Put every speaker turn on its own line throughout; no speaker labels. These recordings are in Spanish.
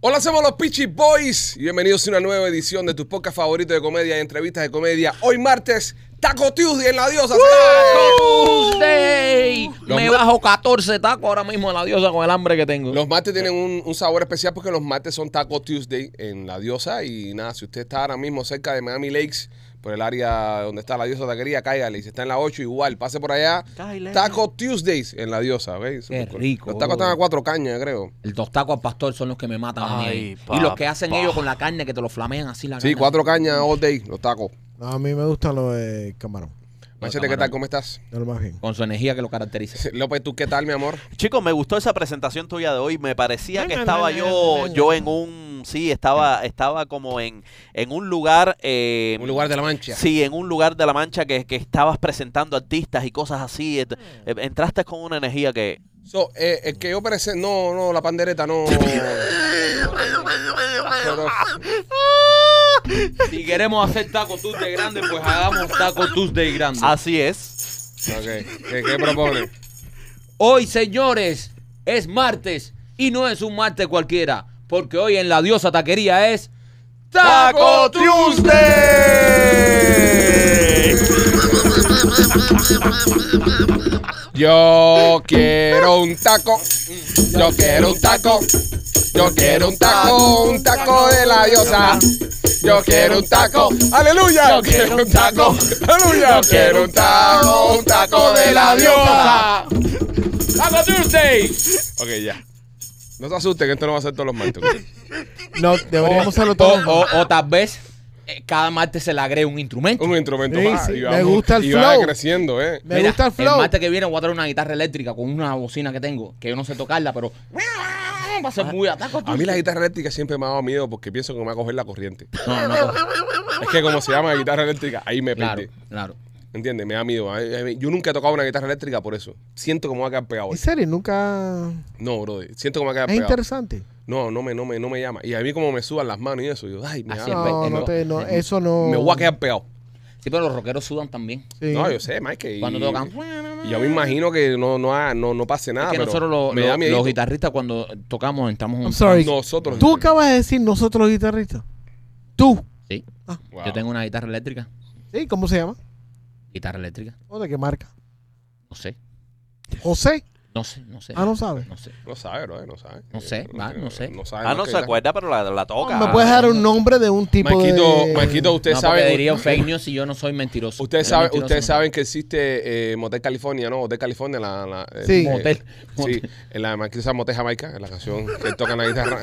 Hola, somos los Peachy Boys. Y bienvenidos a una nueva edición de tus podcast favoritos de comedia y entrevistas de comedia. Hoy martes, Taco Tuesday en la diosa.
Tuesday.
Los
Me
ma-
bajo 14 tacos ahora mismo en la diosa con el hambre que tengo.
Los martes tienen un, un sabor especial porque los martes son Taco Tuesday en La Diosa. Y nada, si usted está ahora mismo cerca de Miami Lakes, por el área donde está La Diosa Taquería, cáigale. Y si está en la 8, igual, pase por allá.
Cáigale.
Taco Tuesdays en La Diosa, ¿veis?
Qué
Súper
rico,
Los tacos
bro.
están a cuatro cañas, creo.
Los tacos al pastor son los que me matan a mí.
Ay,
y los que
papá.
hacen ellos con la carne que te lo flamean así la
Sí,
carne.
cuatro cañas all day, los tacos.
No, a mí me gusta lo de camarón.
Machete, ¿qué tal? ¿Cómo estás?
Es lo más bien.
Con su energía que lo caracteriza.
López, ¿tú qué tal, mi amor?
Chicos, me gustó esa presentación tuya de hoy. Me parecía que
Venga,
estaba
venga,
yo,
venga.
yo en un, sí, estaba, estaba como en, en un lugar, eh,
Un lugar de la mancha.
sí, en un lugar de la Mancha que, que estabas presentando artistas y cosas así. Et-
Mm.
eh, Entraste con una energía que,
So, eh, el que yo parece. No, no, la pandereta no. Pero-
si queremos hacer taco Tuesday grande, pues hagamos taco Tuesday grande.
así es.
ok, ¿Qué, qué propone?
Hoy, señores, es martes y no es un martes cualquiera, porque hoy en la diosa taquería es Taco Tuesday.
Tuesday.
Yo quiero un taco. Yo quiero un taco. Yo quiero un taco. Un taco de la diosa. Yo quiero un taco. Aleluya. Yo quiero un taco. Aleluya. Yo quiero un taco. Un taco de la diosa.
Taco Tuesday.
Ok, ya. No se asusten, que esto no va a ser todos los martes. ok.
No, deberíamos hacerlo
O,
todo.
o- o tal vez eh, cada martes se le agrega un instrumento.
Un instrumento
Sí,
más.
sí,
y
me
vamos-
gusta el
y va
flow.
creciendo, ¿eh?
Me gusta el flow.
martes que viene voy a traer una guitarra eléctrica con una bocina que tengo, que yo no sé tocarla, pero va a ser muy ataco.
Ah, A mí la guitarra eléctrica siempre me ha dado miedo porque pienso que me va a coger la corriente.
No, no, no.
Es que como se llama guitarra eléctrica, ahí me
Claro,
perdí.
claro.
¿Entiendes? Me da miedo. Ay, ay, Yo nunca he tocado una guitarra eléctrica por eso. Siento que me voy a quedar pegado.
En serio, nunca.
No, bro. Siento que me voy a quedar
Es
pegado.
interesante.
No, no me, no, me, no me llama. Y a mí como me sudan las manos y eso, yo, ay, me,
Así
da-
es,
No,
eh,
no
no.
te, no, eso no.
me voy a quedar pegado.
Sí, pero los rockeros sudan también.
Sí.
No, yo sé, Mike. que-
Cuando
y-
tocan.
y yo me imagino que no, no, ha- no, no pase nada.
Es que
pero
nosotros los,
me
los-
da miedito.
los guitarristas cuando tocamos estamos en un
I'm sorry.
Nosotros.
Tú acabas de decir nosotros los guitarristas. Tú.
Sí.
Ah.
Wow.
Yo tengo una guitarra eléctrica.
¿Sí? ¿Cómo se llama?
Guitarra eléctrica.
¿O de qué marca?
No sé.
José.
No sé, no sé.
Ah, no sabes.
No sé.
No sabe, bro. eh, No sabe.
No sé, va, no sé.
No sabe.
Ah,
más
no
que
se
guitarra.
acuerda, pero la, la toca.
¿Me puedes dar un nombre de un tipo
Maquito,
de.
Maquito, usted
no,
sabe.
porque diría fake news y yo no soy mentiroso.
Ustedes
Yo
saben,
mentiroso
ustedes
no soy.
saben que existe eh, Motel California, ¿no? Motel California, la, la eh,
Sí.
eh,
Motel.
Sí, en la marquesa Motel Jamaica, en la canción que tocan la guitarra.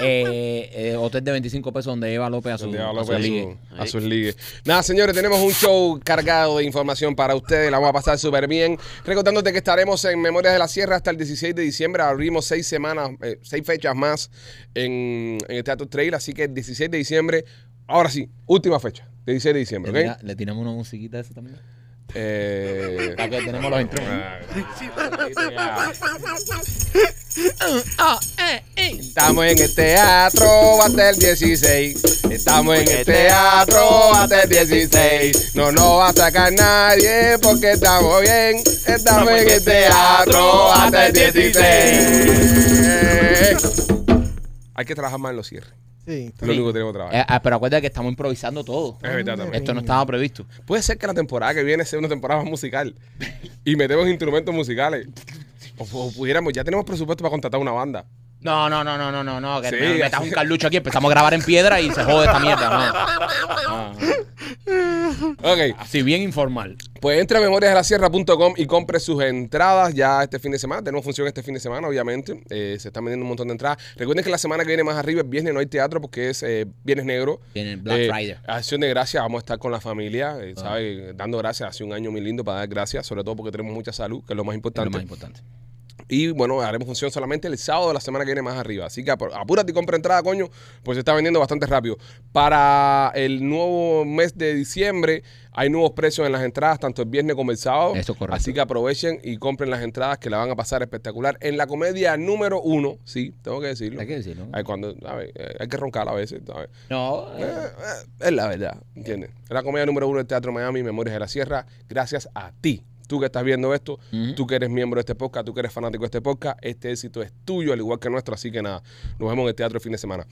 Eh, eh, hotel de 25 pesos donde lleva López a su,
donde habla
a su
López a,
ligue.
su- a sus ligues. Nada, señores, tenemos un show cargado de información para ustedes. La vamos a pasar súper bien. Recordándote que estaremos en Memorias de la Sierra hasta el 16 de diciembre. Abrimos seis semanas, eh, seis fechas más en, en el Teatro Trail. Así que el 16 de diciembre, ahora sí, última fecha, 16 de diciembre,
Le
¿ok?
tira- Le tiramos una musiquita de esa también.
Eh,
Acá tenemos los instrumentos.
Estamos en el teatro hasta el 16. Estamos en el teatro hasta el 16. No nos va a sacar nadie porque estamos bien. Estamos en el teatro hasta el 16. Hay que trabajar más en los cierres.
Sí.
Es lo único que tenemos que
Eh,
trabajar.
ah, pero acuérdate que estamos improvisando todo.
Es verdad también.
Esto no estaba previsto.
Puede ser que la temporada que viene sea una temporada más musical y metemos instrumentos musicales. O, o pudiéramos, ya tenemos presupuesto para contratar una banda.
No, no, no, no, no, no, no. Que
Sí,
me- metas
así-
un carlucho aquí, empezamos a grabar en piedra y se jode esta mierda. ¿no?
Ok.
Así bien informal.
Pues entre a memoriasdelasierra.com y compre sus entradas ya este fin de semana. Tenemos función este fin de semana, obviamente. Eh, se están vendiendo un montón de entradas. Recuerden que la semana que viene más arriba, el viernes no hay teatro porque es eh, Viernes Negro.
Viene el Black
Eh,
Friday.
Acción de gracias, vamos a estar con la familia, eh, ¿sabes? Dando gracias. Hace un año muy lindo para dar gracias, sobre todo porque tenemos mucha salud, que es lo más
Es
importante.
lo más importante.
Y bueno, haremos función solamente el sábado de la semana que viene más arriba. Así que apú- apúrate y compra entrada, coño, pues se está vendiendo bastante rápido. Para el nuevo mes de diciembre hay nuevos precios en las entradas, tanto el viernes como el sábado.
Eso es correcto.
Oh, Así que aprovechen y compren las entradas que la van a pasar espectacular. En la comedia número uno, sí, tengo que decirlo.
Hay que decirlo.
Ay, cuando, a ver, eh, hay que roncar a veces. a ver.
No, eh,
Eh, eh, es la verdad, ¿entiendes? Es la comedia número uno del Teatro Miami, Memorias de la Sierra. Gracias a ti, tú que estás viendo esto,
Ujú.
Eh, tú que eres miembro de este podcast, tú que eres fanático de este podcast, este éxito es tuyo, al igual que nuestro. Así que nada, nos vemos en el teatro el fin de semana.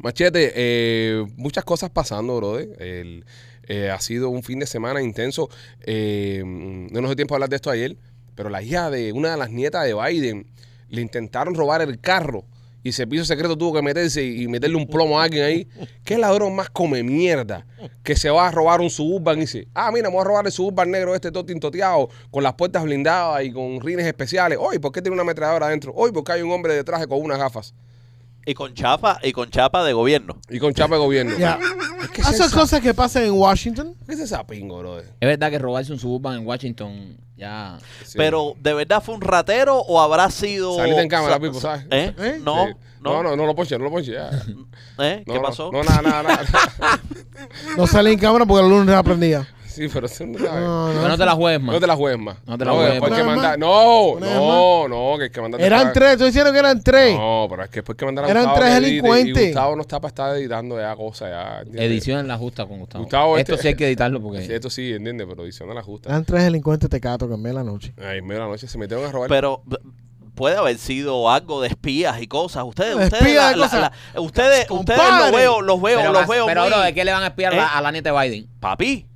Machete, eh, muchas cosas pasando, brother. El, eh, ha sido un fin de semana intenso. Eh, no nos dio tiempo a hablar de esto ayer, pero la hija de una de las nietas de Biden le intentaron robar el carro y Servicio Secreto tuvo que meterse y, y meterle un plomo a alguien ahí. ¿Qué ladrón más come mierda que se va a robar un Suburban y dice, ah, mira, me voy a robar el Suburban negro este todo tintoteado, con las puertas blindadas y con rines especiales. Hoy, ¿por qué tiene una ametralladora adentro? Hoy, porque hay un hombre de traje con unas gafas
Y con chapa, y con chapa de gobierno.
y con chapa de gobierno.
Ya. Ah,
¿Qué es
Esas
esa-
cosas que pasan en Washington.
¿Qué es esa pingo, brother?
Es verdad que robarse un suburban en Washington ya.
Sí.
Pero, ¿de verdad fue un ratero o habrá sido.
Salite en cámara,
sa-
Pipo, ¿sabes?
¿Eh?
¿Eh?
No,
Sí.
no,
no, no, no lo ponche, no lo ponche. ya.
¿Eh?
No,
¿Qué
no,
pasó?
No, nada, nada, nada.
No sale en cámara porque la luna está prendida.
Sí, pero tú no sabes.
No,
Pero no
no.
te la juegues más.
No te la juegues más.
No te la juegues
después
más.
que
Una vez
mandar.
más.
No,
Una vez
no, no, que hay que mandar.
Eran tres, estoy diciendo que eran tres.
No, pero es que después que mandar a
Eran
Gustavo
tres
que edite,
delincuentes.
Y Gustavo no está para estar editando ya cosas. Ya, ¿entiendes?
Edición eh. en la justa con Gustavo.
Gustavo,
Esto
este-
sí hay que editarlo
Sí,
porque.
Esto sí, entiende, pero edición a la justa.
Eran tres delincuentes tecatos que en medio de la noche.
Ay, medio de la noche se metieron a robar.
Pero b- puede haber sido algo de espías y cosas. Ustedes,
Espías
ustedes, la-
y
la-
cosas.
la- ustedes,
Compadre.
ustedes los veo, los veo,
pero
los
vas-
veo.
pero
muy-
bro, ¿de qué le van a espiar
¿Eh?
la- a la nieta de Biden?
Papi,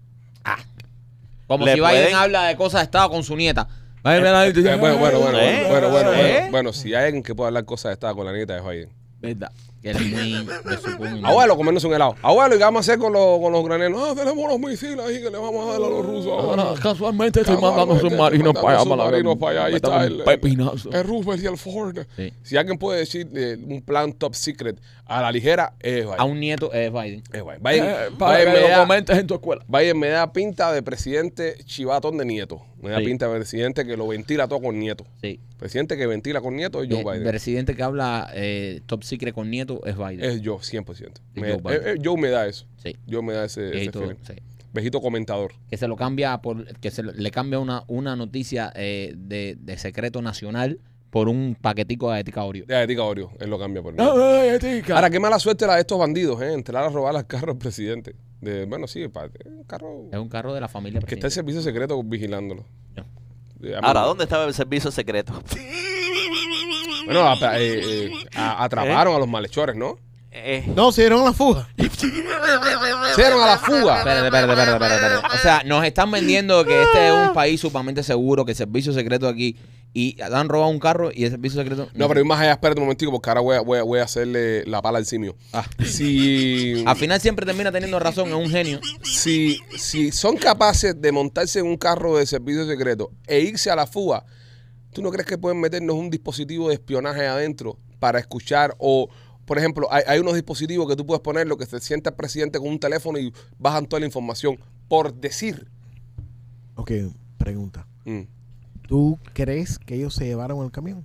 Como
Le
si Biden
pueden-
habla de cosas de Estado con su nieta. Ay, mira, ay,
Eh, bueno, bueno, bueno,
¿Eh?
bueno, bueno, bueno,
¿Eh?
bueno, bueno, si hay alguien que pueda hablar cosas de esta con la nieta de Biden.
Verdad. Que eres muy. de su puño.
Abuelo, comernos un helado. Abuelo, ¿y qué vamos a hacer con los, con los graneros? Ah, tenemos unos misiles ahí que le vamos a dar a los rusos ahora.
Casualmente estoy
Casualmente
mandando
estoy
submarinos
mandando
para allá. para la-
submarinos para allá. Ahí está
Métame un
el-
pepinazo.
El Roosevelt y el Ford.
Sí.
Si alguien puede decir eh, un plan top secret a la ligera, es Biden.
A un nieto es Biden.
Es Biden. Biden-
Eh, Para
Biden me
que lo
da-
comentes en tu escuela.
Biden me da pinta de presidente chivatón de nieto. Me da
Sí.
pinta de presidente que lo ventila todo con nieto.
Sí. Eh,
Presidente que ventila con nieto es Joe
El
Biden.
presidente que habla eh, top secret con nieto es Biden.
Es yo, 100%.
Es
Me-
Joe Biden.
eh, eh, Joe me da eso.
Sí.
Yo me da ese,
Y
ese
todo,
feeling.
sí.
Viejito comentador.
que se lo cambia por que se lo- le cambia una, una noticia eh, de, de secreto nacional por un paquetico de ética Oreo.
Ya, Etica Oreo. Él lo cambia por mí.
Ay, etica.
Ahora, qué mala suerte la de estos bandidos, ¿eh? Entrar a robar al carro al presidente. De, bueno, sí, pa- eh, un carro
Es un carro de la familia
que está el
presidente.
servicio secreto vigilándolo.
Ya.
Eh, a mí-
ahora, ¿dónde estaba el servicio secreto?
Bueno, a- eh, eh, a- atraparon a los malhechores, ¿no?
Eh,
No, se dieron la fuga.
Se dieron a la fuga.
Espérate, espérate, espérate, espérate, espérate. O sea, nos están vendiendo que este es un país sumamente seguro, que el servicio secreto aquí y han robado un carro y el servicio secreto
No, pero ir más allá, espérate un momentico, porque ahora voy a, voy a- voy a hacerle la pala al simio.
Ah.
Si,
al final siempre termina teniendo razón, es un genio.
si, si son capaces de montarse en un carro de servicio secreto e irse a la fuga, ¿tú no crees que pueden meternos un dispositivo de espionaje adentro para escuchar o... Por ejemplo, hay, hay unos dispositivos que tú puedes poner, lo que se sienta el presidente con un teléfono y bajan toda la información por decir.
Ok, pregunta.
Mm.
¿Tú crees que ellos se llevaron el camión?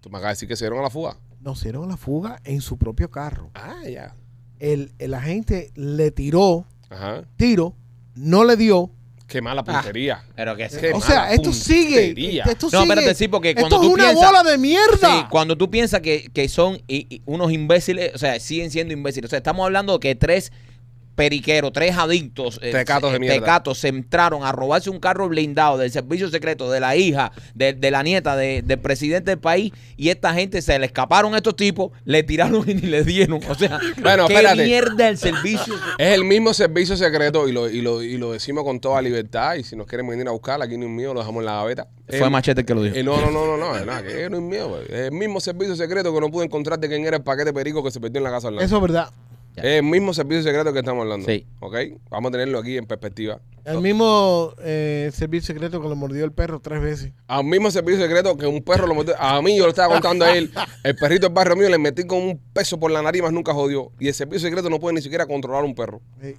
Tú me acabas de decir que se dieron a la fuga.
No, se dieron la fuga en su propio carro.
Ah, ya.
El, el agente le tiró
Ajá.
tiro, no le dio.
Qué mala puntería.
Pero que
Qué
o
mala
sea, esto sigue.
puntería.
Esto
No,
sigue.
espérate, sí, porque cuando
esto
tú
es una
piensas-
bola de mierda.
Sí, cuando tú piensas que, que son i- i- unos imbéciles, o sea, siguen siendo imbéciles. O sea, estamos hablando que tres periqueros, tres adictos, eh,
Tecatos de
eh,
mierda.
tecatos se entraron a robarse un carro blindado del servicio secreto de la hija, de, de la nieta de- del presidente del país, y esta gente se le escaparon a estos tipos, le tiraron y ni le dieron. O sea,
Bueno,
qué
espérate.
mierda el servicio.
Es el mismo servicio secreto y lo, y, lo, y lo decimos con toda libertad. Y si nos quieren venir a buscar, aquí no es mío, lo dejamos en la gaveta.
Fue
Eh,
Machete el que lo dijo.
eh, no, no, no, no, no, nada, que no es mío. güey. Es el mismo servicio secreto que no pude encontrar de quién era el paquete perico que se perdió en la casa Orlando.
Eso es verdad.
Es el mismo servicio secreto que estamos hablando.
Sí.
¿Ok? Vamos a tenerlo aquí en perspectiva.
El mismo eh, servicio secreto que le mordió el perro tres veces.
Al Ah, mismo servicio secreto que un perro lo metió. A mí yo le estaba contando a él. El perrito del barrio mío le metí con un peso por la nariz, más nunca jodió. Y el servicio secreto no puede ni siquiera controlar un perro.
Eh,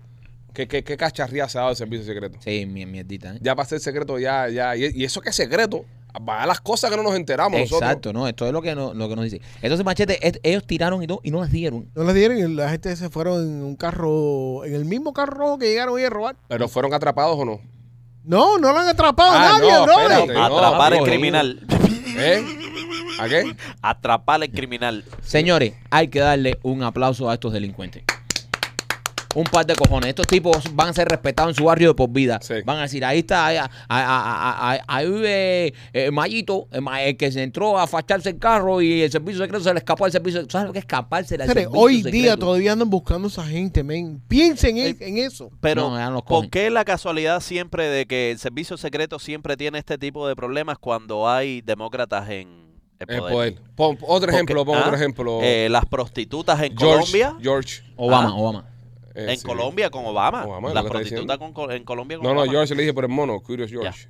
¿Qué, qué, qué cacharría se ha dado el servicio secreto?
Sí, mi- mierdita. ¿eh?
Ya para ser secreto, ya, ya. Y, y eso que es secreto. Para las cosas que no nos enteramos nosotros.
Exacto, no, esto es lo que, no- lo que nos dice. Entonces, Machete, es- ellos tiraron y, no- y no las dieron.
No les dieron y la gente se fueron en un carro, en el mismo carro rojo que llegaron hoy a robar.
Pero fueron atrapados o no.
No, no lo han atrapado
Ah,
nadie,
no,
brother.
espérate. no,
atrapar al
amigo.
criminal.
¿Eh? ¿A qué?
Atrapar al criminal.
Señores, hay que darle un aplauso a estos delincuentes. un par de cojones. Estos tipos van a ser respetados en su barrio de por vida.
Sí.
Van a decir, ahí está, ahí, ah, ah, ah, ah, ah, ahí vive eh, Mayito, el, ma- el que se entró a facharse el carro y el servicio secreto se le escapó al servicio. ¿Sabes lo que es escaparse del
Señores,
servicio
hoy día
secreto?
todavía andan buscando a esa gente, men. Piensen en, en eso.
Pero,
No, ya los cogen.
¿por qué la casualidad siempre de que el servicio secreto siempre tiene este tipo de problemas cuando hay demócratas en el
El
poder?
Eh, poder. Pon otro
Porque-
ejemplo, pon otro
ah,
ejemplo.
eh, las prostitutas en
George,
Colombia.
George.
Obama,
Ah.
Obama.
eh,
en
sí.
Colombia con Obama.
Obama,
las
lo que está diciendo.
prostitutas con Col- en Colombia con
No, no,
Obama.
George le dije por el mono, Curious George.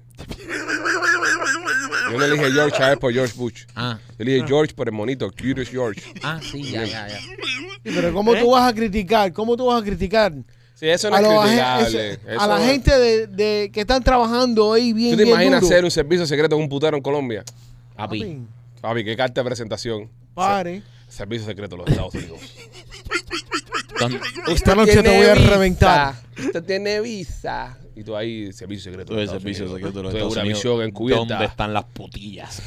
Yo no le dije George a él por George Bush.
Ah,
Yo le dije George por el monito, Curious George.
ah, sí, ya, ya, ya.
Sí, Pero ¿cómo tú vas a criticar? ¿Cómo tú vas a criticar?
Sí, ¿Eh? eso no
a,
es
los agen-
criticable.
eso-
Eso
a la
no-
gente de, de- que están trabajando ahí bien,
¿Tú te
bien
imaginas
duro.
hacer un servicio secreto en un putero en Colombia?
Papi.
Papi, qué carta de presentación.
Pare.
Servicio secreto de los Estados Unidos.
Don-
Esta noche te voy a reventar.
Usted tiene visa. Y tú ahí, servicio secreto. de
Todo el
Estados
servicio
Unidos.
secreto de los
Tengo
Estados
una
Unidos.
visión encubierta.
¿Dónde están las putillas?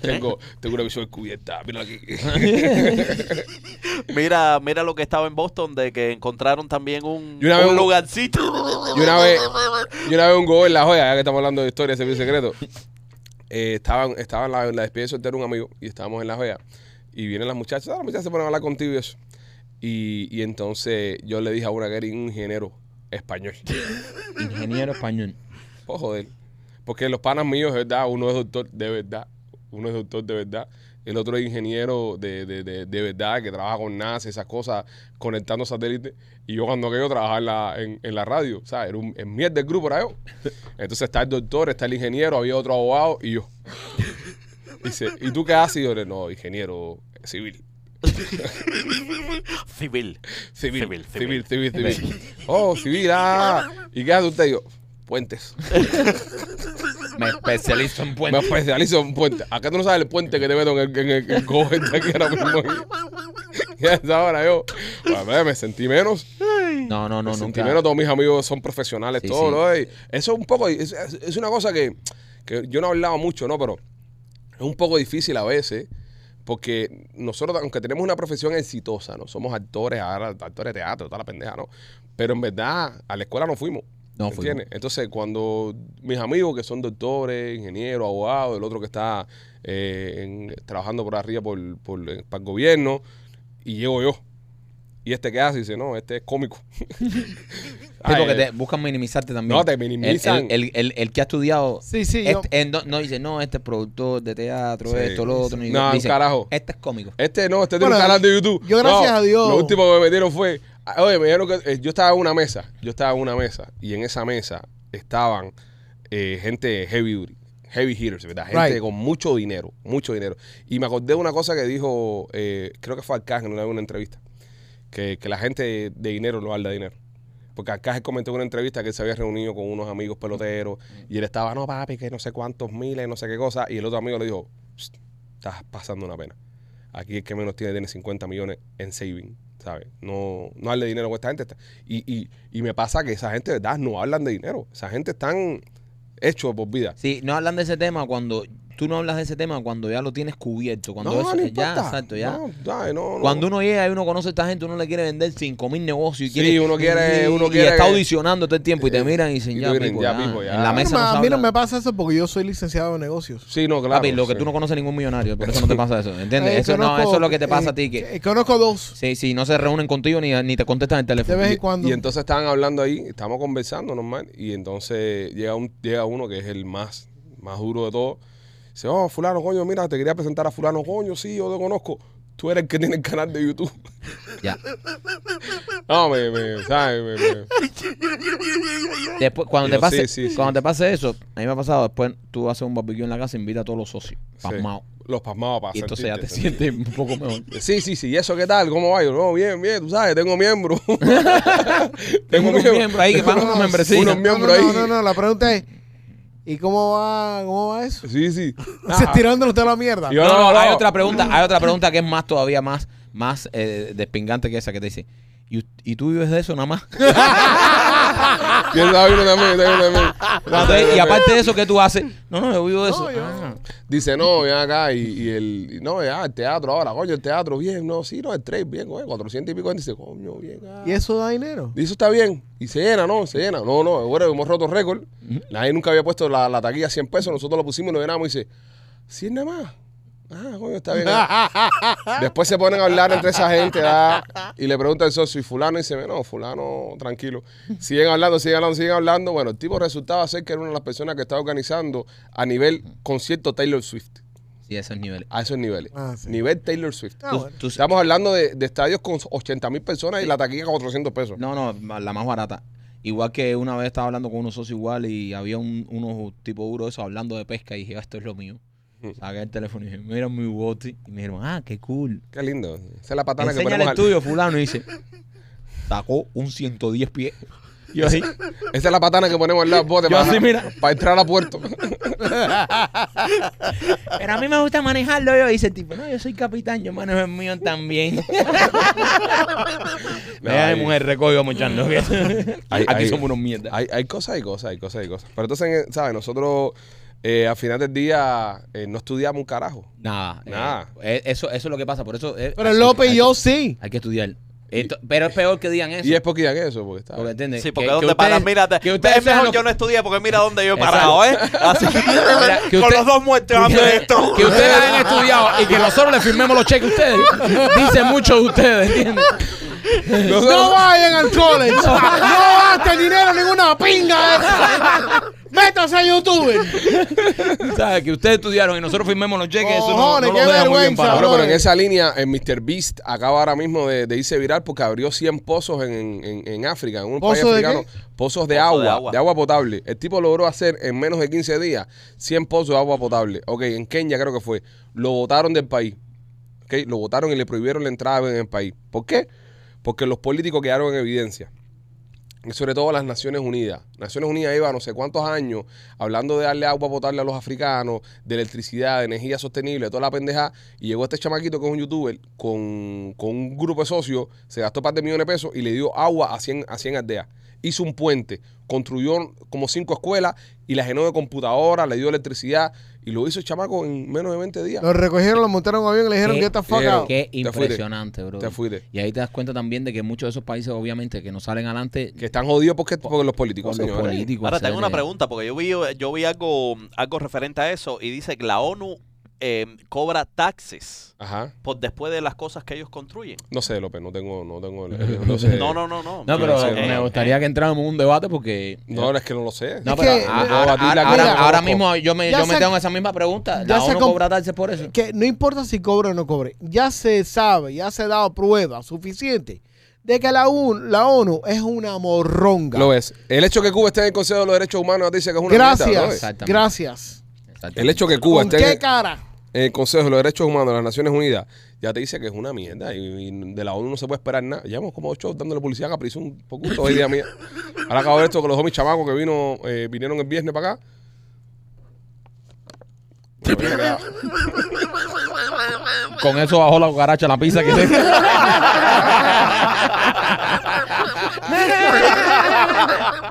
Tengo, tengo una visión encubierta. Mira aquí.
Mira, mira lo que estaba en Boston de que encontraron también un,
Yo una
un
vez-
lugarcito.
Yo una vez, yo una vez un go en la joya, ya que estamos hablando de historia de servicio secreto. eh, estaban, estaban en la, en la despedida de soltero un amigo y estábamos en la joya. Y vienen las muchachas, ah, las muchachas se ponen a hablar contigo y eso. Y, y entonces yo le dije a una que era un ingeniero español.
Ingeniero español.
Por Pues, joder. Porque los panas míos, es verdad, uno es doctor de verdad. Uno es doctor de verdad. El otro es ingeniero de, de, de, de verdad que trabaja con NASA, esas cosas, conectando satélites. Y yo cuando aquello trabajaba en la, en, en la radio, o sea, era un el mierda del grupo, era yo. Entonces está el doctor, está el ingeniero, había otro abogado y yo. Dice, ¿y tú qué haces? Y yo le no, ingeniero civil.
Civil.
Civil, civil,
Civil,
civil, civil. Oh, civil, ah. ¿Y qué hace usted? Y yo, puentes.
Me especializo en
Me
puentes.
especializo en puente. Acá tú no sabes el puente que te meto en el, en el, en el cojo este aquí ahora mismo. Y a esa hora yo, a ver, me sentí menos.
No, no,
Me
no,
sentí
nunca.
menos. Todos mis amigos son profesionales,
Sí,
todos.
sí.
¿no? Y Eso es un poco, es, es- es una cosa que, que yo no he hablado mucho, ¿no? Pero es un poco difícil a veces. Porque nosotros, aunque tenemos una profesión exitosa, ¿no? Somos actores, ahora actores de teatro, toda la pendeja, ¿no? Pero en verdad, a la escuela no fuimos.
No
¿Me
fuimos.
entiendes? Entonces, cuando mis amigos que son doctores, ingenieros, abogados, el otro que está eh, en- trabajando por arriba por, por- eh, para el gobierno, y llego yo. Y este que hace, dice, no, este es cómico.
Sí,
Ay,
porque
eh,
te buscan minimizarte también.
No, te minimizan.
El, el, el- el que ha estudiado.
Sí, sí. yo-
este- en do- no dice, no, este es productor de teatro,
Sí.
esto, lo otro. ni-
No, un
dice,
carajo.
Este es cómico.
Este no, este tiene un
Bueno,
canal de YouTube.
yo gracias
No,
a Dios-
Lo último que me metieron fue. ah, Oye, me dijeron que. eh, Yo estaba en una mesa. Yo estaba en una mesa. Y en esa mesa estaban eh, gente heavy duty. Heavy hitters, ¿verdad? Gente
Right.
con mucho dinero, mucho dinero. Y me acordé de una cosa que dijo, eh, creo que fue Arcángel en una entrevista, que, que la gente de dinero no habla de dinero. Porque Arcángel comentó en una entrevista que él se había reunido con unos amigos peloteros y él estaba, no papi, que no sé cuántos miles, no sé qué cosa. Y el otro amigo le dijo, "Psst, estás pasando una pena. Aquí el que menos tiene tiene 50 millones en saving, ¿sabes? No, no hable de dinero con esta gente. Esta- Y, y, y me pasa que esa gente, de ¿verdad? No hablan de dinero. Esa gente están hechos por vida.
Sí, no hablan de ese tema cuando. Tú no hablas de ese tema cuando ya lo tienes cubierto. Cuando
no,
eso-
no
ya,
importa.
exacto, ya.
No, ya, no, no.
Cuando uno llega y uno conoce a esta gente, uno le quiere vender 5 mil negocios. Y
Sí,
quiere,
uno quiere-
y-
uno
y
quiere-
está audicionando todo el tiempo y te
Eh,
miran y dicen,
y
ya,
tú miren,
pipo,
ya,
ya.
pipo, ya.
En la mesa
Mira,
no se
a mí no
habla.
me pasa eso porque yo soy licenciado en negocios.
Sí, no, claro.
Papi, lo que
sí.
tú no conoces ningún millonario, por eso no te pasa eso, ¿entiendes?
Eh,
eso no,
conozco-
eso es lo que te pasa a ti,
eh,
que
eh, conozco dos
sí, sí, no se reúnen contigo ni, ni te contestan el
de
teléfono.
vez
Y-
en cuando.
Y entonces estaban hablando ahí, estábamos conversando normal, y entonces llega un, llega uno que es el más, más duro de todos. Dice, oh, fulano, coño, mira, te quería presentar a fulano, coño, sí, yo te conozco. Tú eres el que tiene el canal de YouTube.
Ya.
No, me, me, ¿sabes? Me- me-
Después, cuando
Yo,
te pase,
sí, sí, sí.
cuando te pase eso, a mí me ha pasado, después tú haces un barbecue en la casa, invita a todos los socios,
sí.
pasmado.
Los pasmados para
Y entonces ya te
sentirte,
sientes un poco mejor.
Sí, sí, sí. ¿Y eso qué tal? ¿Cómo va? Yo, no, bien, bien. Tú sabes, tengo miembro. tengo
unos miembros ahí que pagan una membresía.
Unos
no, no,
miembros ahí.
no, no, no, la pregunta es, ¿y cómo va, cómo va eso?
Sí, sí. Ah,
Se tirándolo usted a la mierda.
Yo-
No,
No,
no,
no.
hay otra pregunta, hay otra pregunta que es más todavía más, más eh, despingante que esa que te dice. ¿Y, us- y tú vives de eso nada más?
Yo estaba viendo también, yo estaba viendo también. Yo estaba viendo
Y
también.
aparte de eso, ¿qué tú haces? No, no, yo vivo de eso.
No, yo-
Ah.
Dice, no, ven acá. Y, y el, y no, ya, el teatro ahora, coño, el teatro, bien, no, sí, no, el 3, bien, coño, 400 y pico. gente. Dice, coño, bien. ah.
¿Y eso da dinero?
Dice, está bien. Y se llena, ¿no? Se llena. No, no, ahora hemos roto récord. Nadie nunca había puesto la, la taquilla a 100 pesos. Nosotros lo pusimos y lo llenamos. Y dice, 100 nada más. Ah, coño, está bien. Después se ponen a hablar entre esa gente ah, y le pregunta el socio y fulano y dice, no, fulano, tranquilo. Siguen hablando, siguen hablando, siguen hablando. Bueno, el tipo resultaba ser que era una de las personas que estaba organizando a nivel concierto Taylor Swift,
Sí, esos niveles.
a esos niveles.
Ah, sí.
Nivel Taylor Swift.
Ah,
Tú-
bueno.
tú-
Estamos hablando de, de estadios con 80 mil personas y la taquilla con 400 pesos.
No, no, la más barata. Igual que una vez estaba hablando con unos socios igual y había un, unos tipos duros de esos hablando de pesca y dije, "Ah, esto es lo mío. Saqué el teléfono y dije, mira mi bote. Y me dijeron, ah, qué cool.
Qué lindo. Esa es la patana que
Enséñale
ponemos al,
el tuyo, fulano. Y dice, sacó un 110 pies. Y yo así,
Esa es la patana que ponemos al lado del bote
Yo
para,
así, mira.
para entrar a puerto.
pero a mí me gusta manejarlo. Yo dice el tipo, no, yo soy capitán, yo manejo el mío también. Me da
Ay.
mi mujer recogió mochando. que-
Ay,
Aquí
ay.
somos unos mierdas.
Hay, hay cosas y cosas, hay cosas y cosas. Pero entonces, ¿sabes? Nosotros eh, al final del día eh, no estudiamos un carajo.
Nada, eh,
Nada.
eh, eso, eso es lo que pasa. Por eso. eh,
Pero
hay-
López
hay-
y yo sí.
Hay que estudiar. Esto- pero es peor que digan eso.
Y es porque que eso, porque está.
porque entiendes.
Sí, porque
Que- que
¿dónde
ustedes-
paras? Mírate.
Que ustedes
es mejor
sean los-
yo no estudié porque mira dónde yo he
Exacto.
parado, ¿eh? Así.
Mira, que
con
usted-
los dos muertos
que
hablando de
ustedes-
esto.
Que ustedes han estudiado y que nosotros les firmemos los cheques a ustedes. Dice mucho de ustedes, ¿entiendes?
No vayan al college. No gasten dinero en ninguna pinga. Métase a YouTube.
¿Sabes? Que ustedes estudiaron y nosotros firmemos los cheques. Eso no, no
Cojones,
los
qué
deja muy bien
vergüenza,
parado.
Bueno, pero en
brother.
esa línea, el Mr. Beast acaba ahora mismo de, de irse viral porque abrió 100 pozos en, en- en África, en un país
¿Pozos de qué?
africano. Pozos de
Pozos de
agua, de agua,
agua.
potable. El tipo logró hacer en menos de 15 días 100 pozos de agua potable. Ok, en Kenia creo que fue. Lo votaron del país. Ok, lo votaron y le prohibieron la entrada en el país. ¿Por qué? Porque los políticos quedaron en evidencia. Y sobre todo las Naciones Unidas. Naciones Unidas lleva no sé cuántos años hablando de darle agua potable a los africanos, de electricidad, de energía sostenible, de toda la pendeja. Y llegó este chamaquito que es un youtuber con, con un grupo de socios, se gastó un par de millones de pesos y le dio agua a 100, a 100 aldeas. Hizo un puente, construyó como cinco escuelas y las llenó de computadoras, le dio electricidad y lo hizo el chamaco en menos de 20 días.
Los recogieron, los montaron en un avión y le dijeron
Qué-
que está
Dijeron,
fuck
Qué
Te fuiste.
impresionante, bro.
Te fuiste.
Y ahí te das cuenta también de que muchos de esos países, obviamente, que no salen adelante
Que están jodidos porque, porque los políticos,
con los
señores.
políticos.
Ahora tengo
¿sabes?
una pregunta, porque yo vi, yo vi algo, algo referente a eso y dice que la ONU eh, cobra taxes
Ajá.
por después de las cosas que ellos construyen.
No sé, López, no tengo, no tengo, el- el- no sé.
No, no, no, no. Eh,
No, pero
Sí, sí,
me
no.
gustaría que entráramos en un debate porque.
No, es que no lo sé.
No, pero
Es que-
a-
Yo puedo
ahora,
batir la
ahora-
cara,
ahora
loco.
mismo yo me,
Ya
yo me
se-
tengo esa misma pregunta.
ya
¿La
se
ONU
com-
cobra taxes por eso?
Que no importa si cobra o no cobre. Ya se sabe, ya se ha dado prueba suficiente de que la, UN la ONU es una morronga.
Lo es. El hecho que Cuba esté en el Consejo de los Derechos Humanos dice que es una
gracias,
mierda, ¿no?
Exactamente.
gracias.
Exactamente.
El hecho que Cuba
¿Con
esté
qué
en
cara?
en el Consejo de los Derechos Humanos de las Naciones Unidas ya te dice que es una mierda y, y de la ONU no se puede esperar nada. Llevamos como ocho dándole publicidad a Caprizo un poco todo el día mía. Ahora acabo de ver esto con los homies chamacos que vino, eh, vinieron el viernes para acá. Pero mira que da-
Con eso bajó la cucaracha la pizza que le.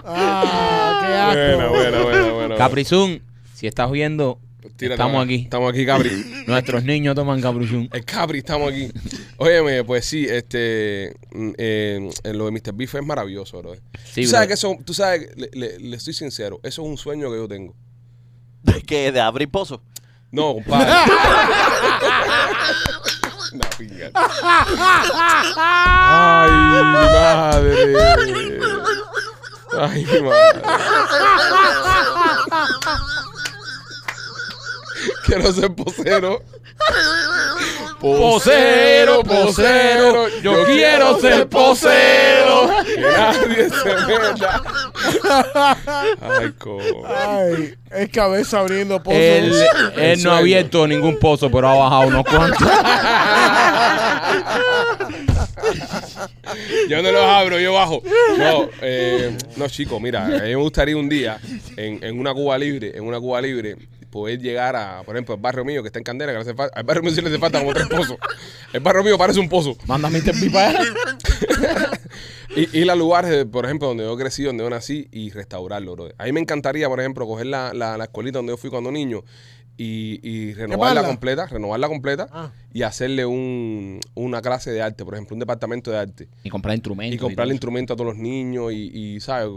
Ah, qué asco.
Bueno, bueno, bueno, bueno.
Caprizún, si estás viendo,
Tírate,
estamos
man.
aquí.
Estamos aquí, Capri.
Nuestros niños toman Caprizún.
El Capri, estamos aquí. Óyeme, pues sí, este. mm, eh, lo de Mr. Beef es maravilloso, bro.
Sí,
tú sabes
bro.
que eso, tú sabes, le, le- le estoy sincero, eso es un sueño que yo tengo.
De que de abrir pozos.
No, compadre. Una pinga. Ay, mi madre. Ay, mi madre. Quiero ser posero.
Posero, posero, yo quiero ser posero.
Que nadie se meta. Ay, coño.
Ay, es cabeza abriendo pozos.
Él, él no
sueño.
ha abierto ningún pozo, pero ha bajado unos cuantos.
Yo no los abro, yo bajo. No, eh, no, chicos, mira, a mí me gustaría un día en, en una Cuba libre, en una Cuba libre, poder llegar a, por ejemplo, el barrio mío que está en Candela, que le hace falta, al barrio mío sí le
este
hace falta como tres pozos. El barrio mío parece un pozo.
Manda a Mr. Pipa.
Y ir a lugares, de, por ejemplo, donde yo crecí, donde yo nací y restaurarlo, bro. A mí me encantaría, por ejemplo, coger la, la, la escuelita donde yo fui cuando niño y, y renovarla
Quemarla.
completa, renovarla completa
Ah.
y hacerle un, una clase de arte, por ejemplo, un departamento de arte.
Y comprar instrumentos.
Y comprarle
todo
instrumento a todos los niños y, y, ¿sabes?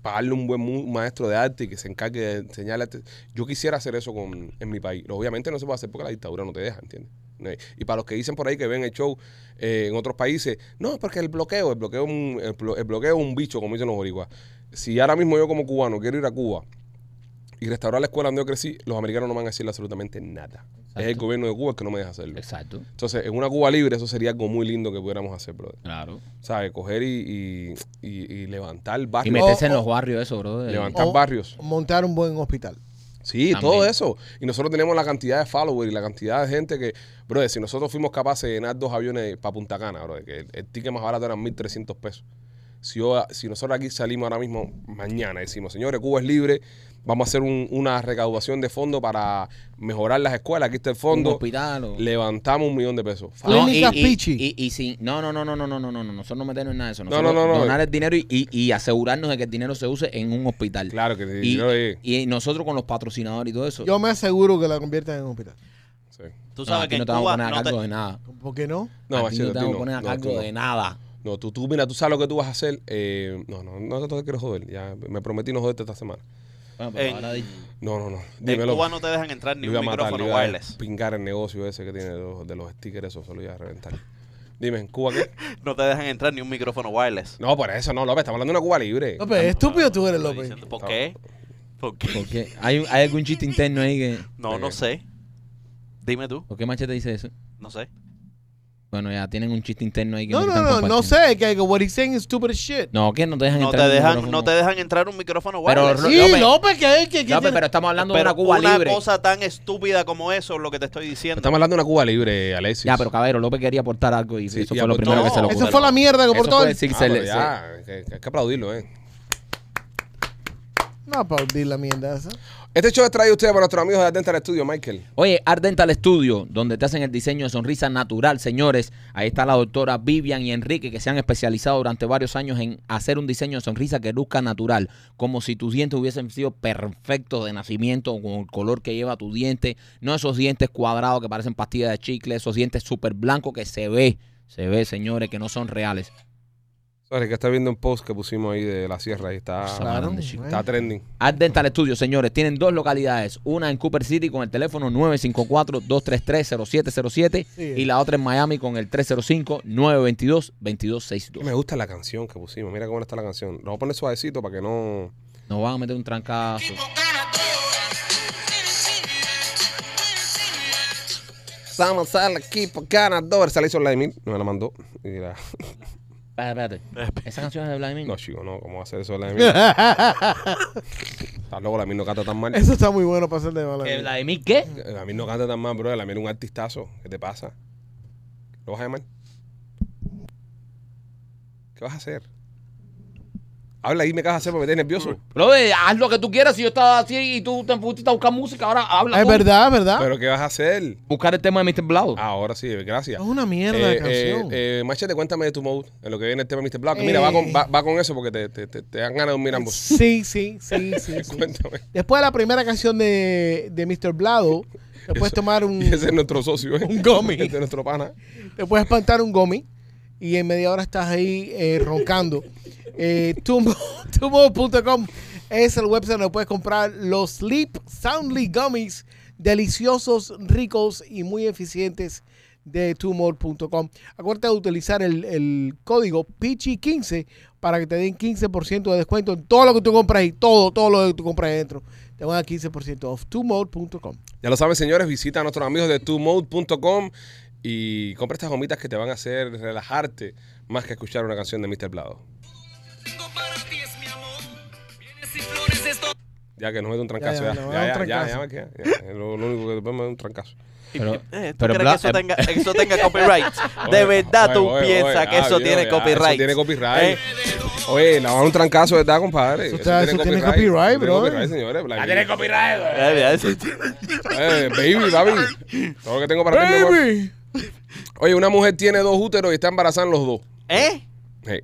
Pagarle un buen mu- maestro de arte y que se encargue de enseñarle arte. Yo quisiera hacer eso con, en mi país. Lo- Obviamente no se puede hacer porque la dictadura no te deja, ¿entiendes? No hay- Y para los que dicen por ahí que ven el show eh, en otros países, no, porque el bloqueo, el bloqueo, es un- el, blo- el bloqueo es un bicho, como dicen los boricuas. Si ahora mismo yo como cubano quiero ir a Cuba y restaurar la escuela donde yo crecí, los americanos no van a decirle absolutamente nada. Es el gobierno de Cuba el que no me deja hacerlo.
Exacto.
Entonces, en una Cuba libre eso sería algo muy lindo que pudiéramos hacer, brother.
Claro.
¿sabes? Coger y, y, y- y levantar
Y
barrios.
meterse en
o-
los barrios, eso, bro. de-
Ah, Levantar
O-
barrios.
Montar un buen hospital.
Sí,
También.
todo eso. Y nosotros tenemos la cantidad de followers y la cantidad de gente que, brother, si nosotros fuimos capaces de llenar dos aviones para Punta Cana, brother, que el, el ticket más barato eran 1.300 pesos. Si, yo- si nosotros aquí salimos ahora mismo, mañana decimos, señores, Cuba es libre, vamos a hacer un- una recaudación de fondos para mejorar las escuelas, aquí está el
un
fondo,
hospital o-
levantamos un millón de pesos.
No, Clínicas
y, y,
Pichi.
y- y sin- no, no, no, no, no, no, no, no, no, nosotros no meternos en nada de eso.
No,
Nosotros
no, no, no.
Donar el dinero y, y- y asegurarnos de que el dinero se use en un hospital.
Claro que sí,
Y,
yo lo dije.
y nosotros con los patrocinadores y todo eso.
Yo me aseguro que la conviertan en un hospital.
Sí.
Tú
No,
sabes
a ti
que
no
en
te vamos a
Cuba
poner a
no te-
cargo de nada.
¿Por qué no?
No,
a ti
Machete,
no
tú
te vamos
no.
a poner a
No,
cargo
tú no.
de nada.
No, tú, tú, mira, tú sabes lo que tú vas a hacer. Eh, no, no, no, no te quiero joder. Ya me prometí no joderte esta semana.
Bueno,
Eh,
pero
En-
ahora di-
No, no, no.
En
Dímelo.
Cuba no te dejan entrar ni
Lo iba
un
a matar,
micrófono
lo iba a
wireless.
pingar el negocio ese que tiene de los, de los stickers, eso se lo iba a reventar. Dime, ¿en Cuba qué?
No te dejan entrar ni un micrófono wireless.
No, por eso no, López, estamos hablando de una Cuba libre.
López, estúpido tú eres,
Estoy
López.
diciendo, ¿Por qué? ¿Por qué?
¿Por qué? ¿Hay, un- ¿Hay algún chiste interno ahí que.?
No, no sé. Dime tú.
¿Por qué Machete dice eso?
No sé.
Bueno, ya tienen un chiste interno ahí que
No,
que
no,
están
no, no
compartiendo.
sé. Que que what he's saying is stupid as shit.
No, que no te dejan
No te
entrar. en el
dejan,
micrófono.
no te dejan entrar un micrófono
Pero
wireless.
Ro-
Sí,
López.
López, que, que, que
López,
tiene-
pero estamos hablando
Pero
de una Cuba libre.
cosa tan estúpida como eso es lo que te estoy diciendo.
Estamos hablando de una Cuba libre, Alexis.
Ya, pero caballero, López quería aportar algo y
Sí,
eso
y
fue lo
aportó.
primero que se le
No,
ocurrió.
Esa fue la mierda que
Eso
portó
fue
él.
decir,
Ah,
se
pero
le- se-
ya, que- que hay que aplaudirlo, ¿eh?
No, aplaudir la mierda esa.
Este show es traído a ustedes por nuestros amigos de Dental Studio, Michael.
Oye, Art Dental Studio, donde te hacen el diseño de sonrisa natural, señores. Ahí está la doctora Vivian y Enrique, que se han especializado durante varios años en hacer un diseño de sonrisa que luzca natural, como si tus dientes hubiesen sido perfectos de nacimiento, con el color que lleva tu diente, no esos dientes cuadrados que parecen pastillas de chicle, esos dientes súper blancos que se ve, se ve, señores, que no son reales.
Sorry, que está viendo un post que pusimos ahí de la sierra y está,
Claro,
está trending.
Art Dental Studio, señores, tienen dos localidades, una en Cooper City con el teléfono 954-233-0707
Sí.
y la otra en Miami con el 305-922-2262.
Me gusta la canción que pusimos. Mira cómo está la canción. Lo voy a poner suavecito para que no.
Nos van a meter un trancazo.
Vamos al equipo ganador. Se la hizo Vladimir, me la mandó. Y la-
Espérate, espérate. ¿Esa canción es de Vladimir?
No, chico, no, ¿cómo va a hacer eso Vladimir? Estás loco, Vladimir no canta tan mal.
Eso está muy bueno para ser de mala
¿Que
vida.
¿Vladimir qué?
Vladimir no canta tan mal, bro. Vladimir es un artistazo. ¿Qué te pasa? ¿Lo vas a llamar? ¿Qué vas a hacer? Habla ahí, me vas a hacer porque me tienes nervioso.
Bro, haz lo que tú quieras. Si yo estaba así y tú te pusiste a buscar música, ahora habla.
Ah, Es
tú.
verdad, es verdad.
¿Pero qué vas a hacer?
Buscar el tema de Mr. Blau.
Ahora sí, gracias.
es una mierda
Eh,
de canción.
eh, eh, Machete, cuéntame de tu mode, en lo que viene el tema de Mr. Black. Mira,
Eh.
va con, va, va con eso porque te, te, te, te dan ganas de dormir ambos.
sí, sí, sí, sí, sí.
Cuéntame.
Después de la primera canción de, de Mr. Blado, te puedes tomar un.
Y ese es nuestro socio, ¿eh?
Mm. Un gomi.
Ese es nuestro pana.
Te puedes espantar un gomi y en media hora estás ahí eh, roncando. Eh, Tumbo- Tumbo.com es el website donde puedes comprar los Sleep Soundly Gummies, deliciosos, ricos y muy eficientes de Tumor.com. Acuérdate de utilizar el, el código PICHI15 para que te den 15% de descuento en todo lo que tú compras y todo, todo lo que tú compras dentro. Te van a dar 15% off Tumor.com.
Ya lo saben, señores, visita a nuestros amigos de tumode.com y compra estas gomitas que te van a hacer relajarte más que escuchar una canción de Mr. Blado.
Tengo para ti es mi amor. Vienes y flores esto.
Ya que no me da un trancazo. Ya,
Ya, ya,
ya,
no,
ya,
da
ya,
un
ya,
trancazo.
me queda. Ya, es Lo, lo único que después me da un trancazo.
Pero,
Eh, ¿Tú
pero
crees
Bla-
que eso
eh,
tenga, que eso tenga copyright? De
Oye,
verdad tú
oye, oye,
piensas
oye,
que
ah,
eso
viejo,
tiene
ya,
copyright.
Eso tiene
Eh,
copyright. Oye, la va a dar un trancazo, ¿verdad, compadre?
Eso está- eso tiene copyright,
Eso tiene
bro.
copyright, señores. La tiene copyright.
eh, ya, eso-
Eh, baby, baby. Todo lo que tengo para ti, mi amor. Oye, una mujer tiene dos úteros y está embarazada en los dos.
¿Eh?
Hey.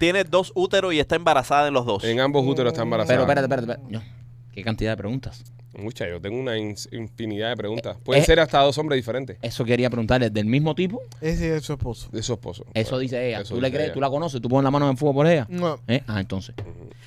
tiene dos úteros y está embarazada en los dos.
En ambos úteros está embarazada.
Pero espérate, espérate, espérate. No. ¿Qué cantidad de preguntas?
Mucha, yo tengo una ins- infinidad de preguntas. Pueden
eh.
ser hasta dos hombres diferentes
Eso quería preguntarle, ¿del mismo tipo?
Ese es su esposo.
de su esposo.
Eso dice ella.
Eso
¿Tú le
dice
crees?
ella.
¿Tú la conoces? ¿Tú pones la mano en el fuego por ella?
No.
¿Eh? Ah, entonces.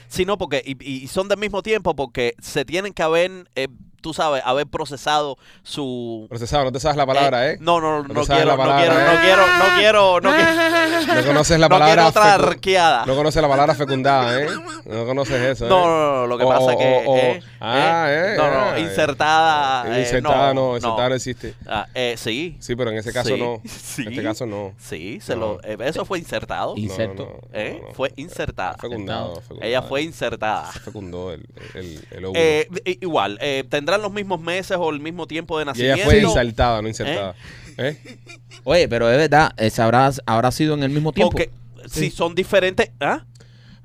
Sí, no, porque, y, y son del mismo tiempo, porque se tienen que haber, eh, tú sabes, haber procesado su... eh,
Procesado, no te sabes la palabra, ¿eh?
No, no, no,
No
no
te sabes
quiero,
la
no quiero,
palabra,
no quiero, no quiero, no quiero,
No conoces la
no quiero
palabra.
otra
fecu-
arqueada.
No
No,
conoces la palabra fecundada, ¿eh? No conoces eso. ¿eh?
no, no, no, lo que
O-
pasa
o-
que...
o-
eh,
ah, eh,
no, no,
ah,
insertada... eh,
insertada no, insertada no existe.
Ah, eh, sí,
Sí, pero en ese caso
Sí,
no.
sí.
En este caso no.
sí, se
No.
lo, eh, eso fue insertado.
Y- Inserto.
¿Eh? Fue insertada.
Fecundado, fecundado.
Ella fue insertada.
Se fecundó el, el, el óvulo.
Eh, i- igual, eh, tendrán los mismos meses o el mismo tiempo de
y
nacimiento.
ella fue insertada, no insertada. ¿Eh?
Oye, pero es verdad, eh, ¿se habrá, habrá sido en el mismo tiempo?
Porque si son diferentes. ¿Ah?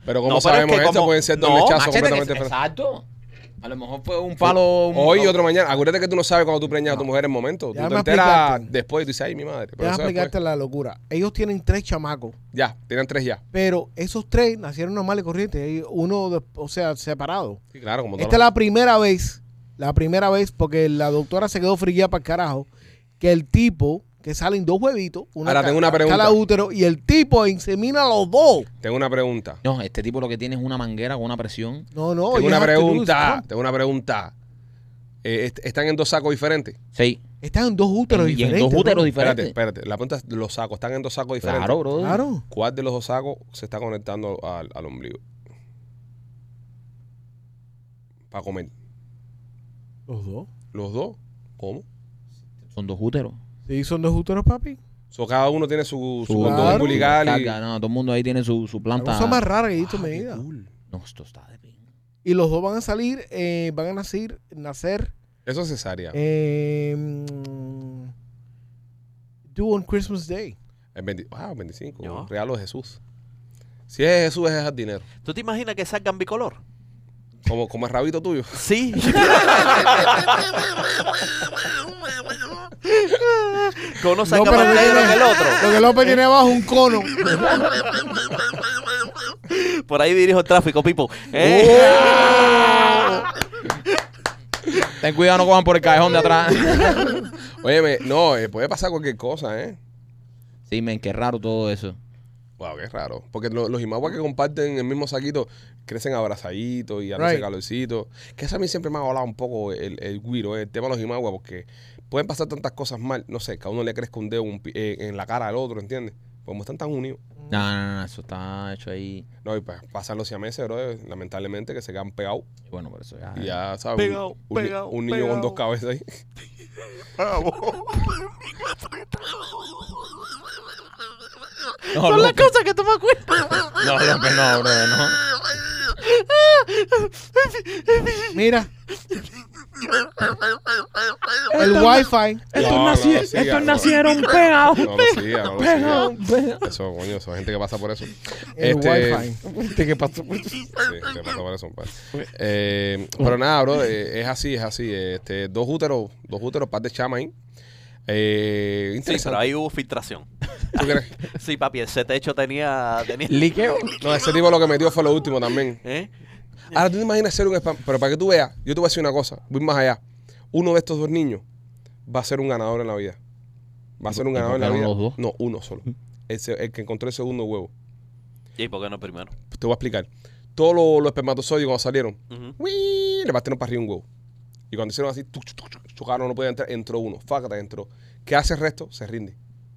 Pero como
No, pero es
sabemos
que
esto,
como-
pueden ser dos
no,
lechazos
Machete, que-
completamente diferentes.
Exacto. A lo mejor fue un palo... un-
Hoy y otro mañana. Acuérdate que tú no sabes cuando tú preñas a tu mujer en el momento.
Ya
tú te
me
enteras
explicaste.
después y tú dices, ay, mi madre. Pero
Déjame
eso después.
explicarte la locura. Ellos tienen tres chamacos,
Ya, tienen tres ya.
pero esos tres nacieron normal y corriente. y Uno, de- o sea, separado.
Sí, claro, como
Esta es
todas las-
la primera vez, la primera vez, porque la doctora se quedó friqueada para el carajo, que el tipo, que salen dos huevitos, una
Ahora tengo una
ca-
pregunta.
cada útero, y el tipo insemina a los dos.
Tengo una pregunta.
No, este tipo lo que tiene es una manguera con una presión.
No, no.
tengo
you
una
have to do
pregunta.
something.
Tengo una pregunta. Eh, est- ¿Están en dos sacos diferentes?
Sí.
Están en dos úteros
Y en
diferentes.
dos úteros
bro.
Espérate,
diferentes.
espérate. La pregunta es de los sacos. ¿Están en dos sacos diferentes?
Claro, bro.
Claro.
¿Cuál de los dos sacos se está conectando al, al ombligo? Para comer.
Los dos.
¿Los dos? ¿Cómo?
Son dos úteros.
Sí, son dos úteros, papi.
So, cada uno tiene su, su
Su-
condón
Claro.
umbilical y-
Carga, no, todo el mundo ahí tiene su, su
La
planta.
cosa más rara que he visto en mi
Qué
vida.
cool.
No, esto está de pinga.
Y los dos van a salir, eh, van a nacer, nacer
Eso es cesárea.
eh, mm, due on Christmas Day.
El 20 wow, 25.
No.
un Regalo de Jesús. Si es Jesús, es jardinero.
¿Tú te imaginas que salgan bicolor?
Como, como el rabito tuyo.
Sí. que uno saca más negro que el
Lo
otro.
que López tiene abajo es un cono.
Por ahí dirijo el tráfico,
Oh.
Pipo. Eh,
Ten cuidado, no cojan por el callejón de atrás.
Óyeme, no, eh, puede pasar cualquier cosa, ¿eh?
sí, men, qué raro todo eso.
Wow, qué raro. Porque lo- los imaguas que comparten el mismo saquito crecen abrazaditos y hacen
Right.
calorcito. Que eso a mí siempre me ha hablado un poco el, el guiro, eh, el tema de los imaguas, porque pueden pasar tantas cosas mal. No sé, cada uno le crezca un dedo un pi- eh, en la cara al otro, ¿entiendes? Pues Como están tan unidos.
No, no, no, eso está hecho ahí.
No, y pues pasan los siameses, bro, eh, lamentablemente, que se quedan pegados.
Bueno, por eso ya.
Y ya, ¿sabes? Un-
Pegado,
un, ni-
pegado,
un niño con dos cabezas ahí.
No, Son las cosas que tú me acuerdas. No, López, no, bro, no.
Mira. El wifi.
Estos,
No, no,
naci-
no siga,
estos
no.
nacieron pegados.
No, no siga, no lo siga.
Pegado.
Eso, coño, eso, gente que pasa por eso.
El
Este,
wifi. Este que pasó.
Sí, te pasó por eso, compadre. Eh, pero nada, bro, eh, es así, es así. Este, dos úteros, dos úteros, par de chamas ahí. Eh,
sí,
interesante.
pero ahí hubo filtración.
¿Tú crees?
Sí, papi, ese techo tenía. tenía
Liqueo.
No, ese tipo lo que metió fue lo último también.
¿eh?
Ahora, ¿tú te imaginas ser un spam? Pero para que tú veas, yo te voy a decir una cosa, voy más allá. Uno de estos dos niños va a ser un ganador en la vida. Va a ser un
¿Y
ganador en la
por qué
vida.
no los dos? Mm.
No, uno solo. El, se- el que encontró el segundo huevo.
¿Y por qué no primero?
Te voy a explicar. Todos los, los espermatozoides cuando salieron,
Ujú.
¡Wii! le partieron para arriba un huevo. Y cuando hicieron así, tuc, tuc, tuc, chocaron, no podía entrar, entró uno, fácate, entró. ¿Qué hace el resto? Se rinde.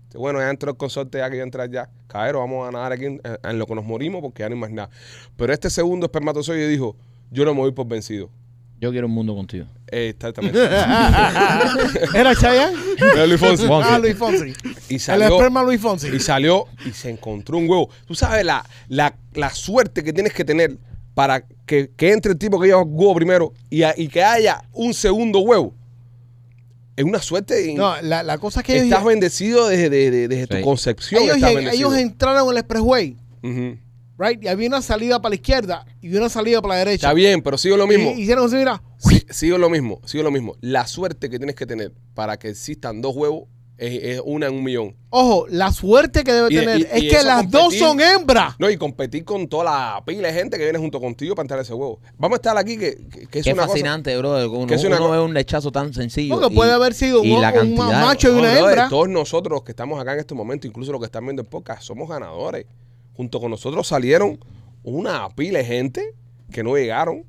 Dice, Bueno, ya entró el consorte, ya que ya entrar ya. Caero, vamos a nadar aquí en, en lo que nos morimos porque ya no hay más nada. Pero este segundo espermatozoide dijo, yo no me voy por vencido.
Yo quiero un mundo contigo.
Eh, Exactamente.
Era Chayanne.
Era Luis Fonsi.
Ah, Luis Fonsi.
Y
El
salió,
esperma Luis Fonsi.
y salió y se encontró un huevo. Tú sabes la, la, la suerte que tienes que tener para que, que entre el tipo que lleva el huevo primero y, a- y que haya un segundo huevo. Es una suerte. in-
No, la, la cosa es que
estás
ellos,
bendecido desde, desde- desde tu
Sí.
concepción.
ellos,
estás
en-
bendecido.
ellos entraron en el expressway,
Ujú.
right? Y había una salida para la izquierda y una salida para la derecha.
Está bien, pero sigo lo mismo.
Y, hicieron así, mira.
Sí, sigo lo mismo, sigo lo mismo. La suerte que tienes que tener para que existan dos huevos es, es una en un millón.
Ojo, la suerte que debe
Y-
tener
y-
es
y
que
eso
las dos
competir-
son hembras.
No, y competir con toda la pila de gente que viene junto contigo para entrar a ese huevo. Vamos a estar aquí, que, que- que es
Qué
una cosa-
fascinante, brother. Uno,
que es una
uno
co-
ve un lechazo tan sencillo.
Porque puede haber sido
y
un,
la
un- un
cantidad,
macho y
No,
una
brother,
hembra.
Todos nosotros los que estamos acá en este momento, incluso los que están viendo el podcast, somos ganadores. Junto con nosotros salieron una pila de gente que no llegaron.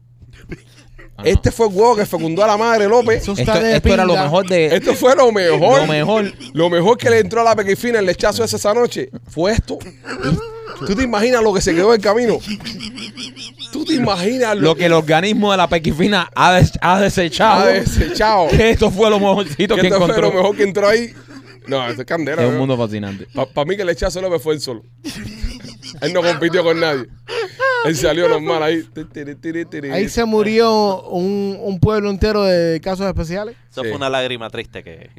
Ah, no.
Este fue el huevo que fecundó a la madre López.
Eso
esto,
está de
esto era lo
pinga.
mejor de.
Esto fue lo mejor.
Lo mejor.
Lo mejor que le entró a la pequifina el lechazo ese esa noche fue esto. ¿Tú te imaginas lo que se quedó en el camino? ¿Tú te imaginas
Lo que el organismo de la pequifina ha, des- ha desechado.
ha desechado?
Que esto fue lo mejorcito que
Que esto fue lo
encontró.
mejor que entró ahí. No, eso es candela.
Es un
¿no?
mundo fascinante.
Para mí que el lechazo López fue el solo. Él no compitió con nadie. Él salió normal ahí. Ti, ti, ti, ti, ti.
Ahí se murió un, un pueblo entero de casos especiales.
Eso
Sí.
fue una lágrima triste que...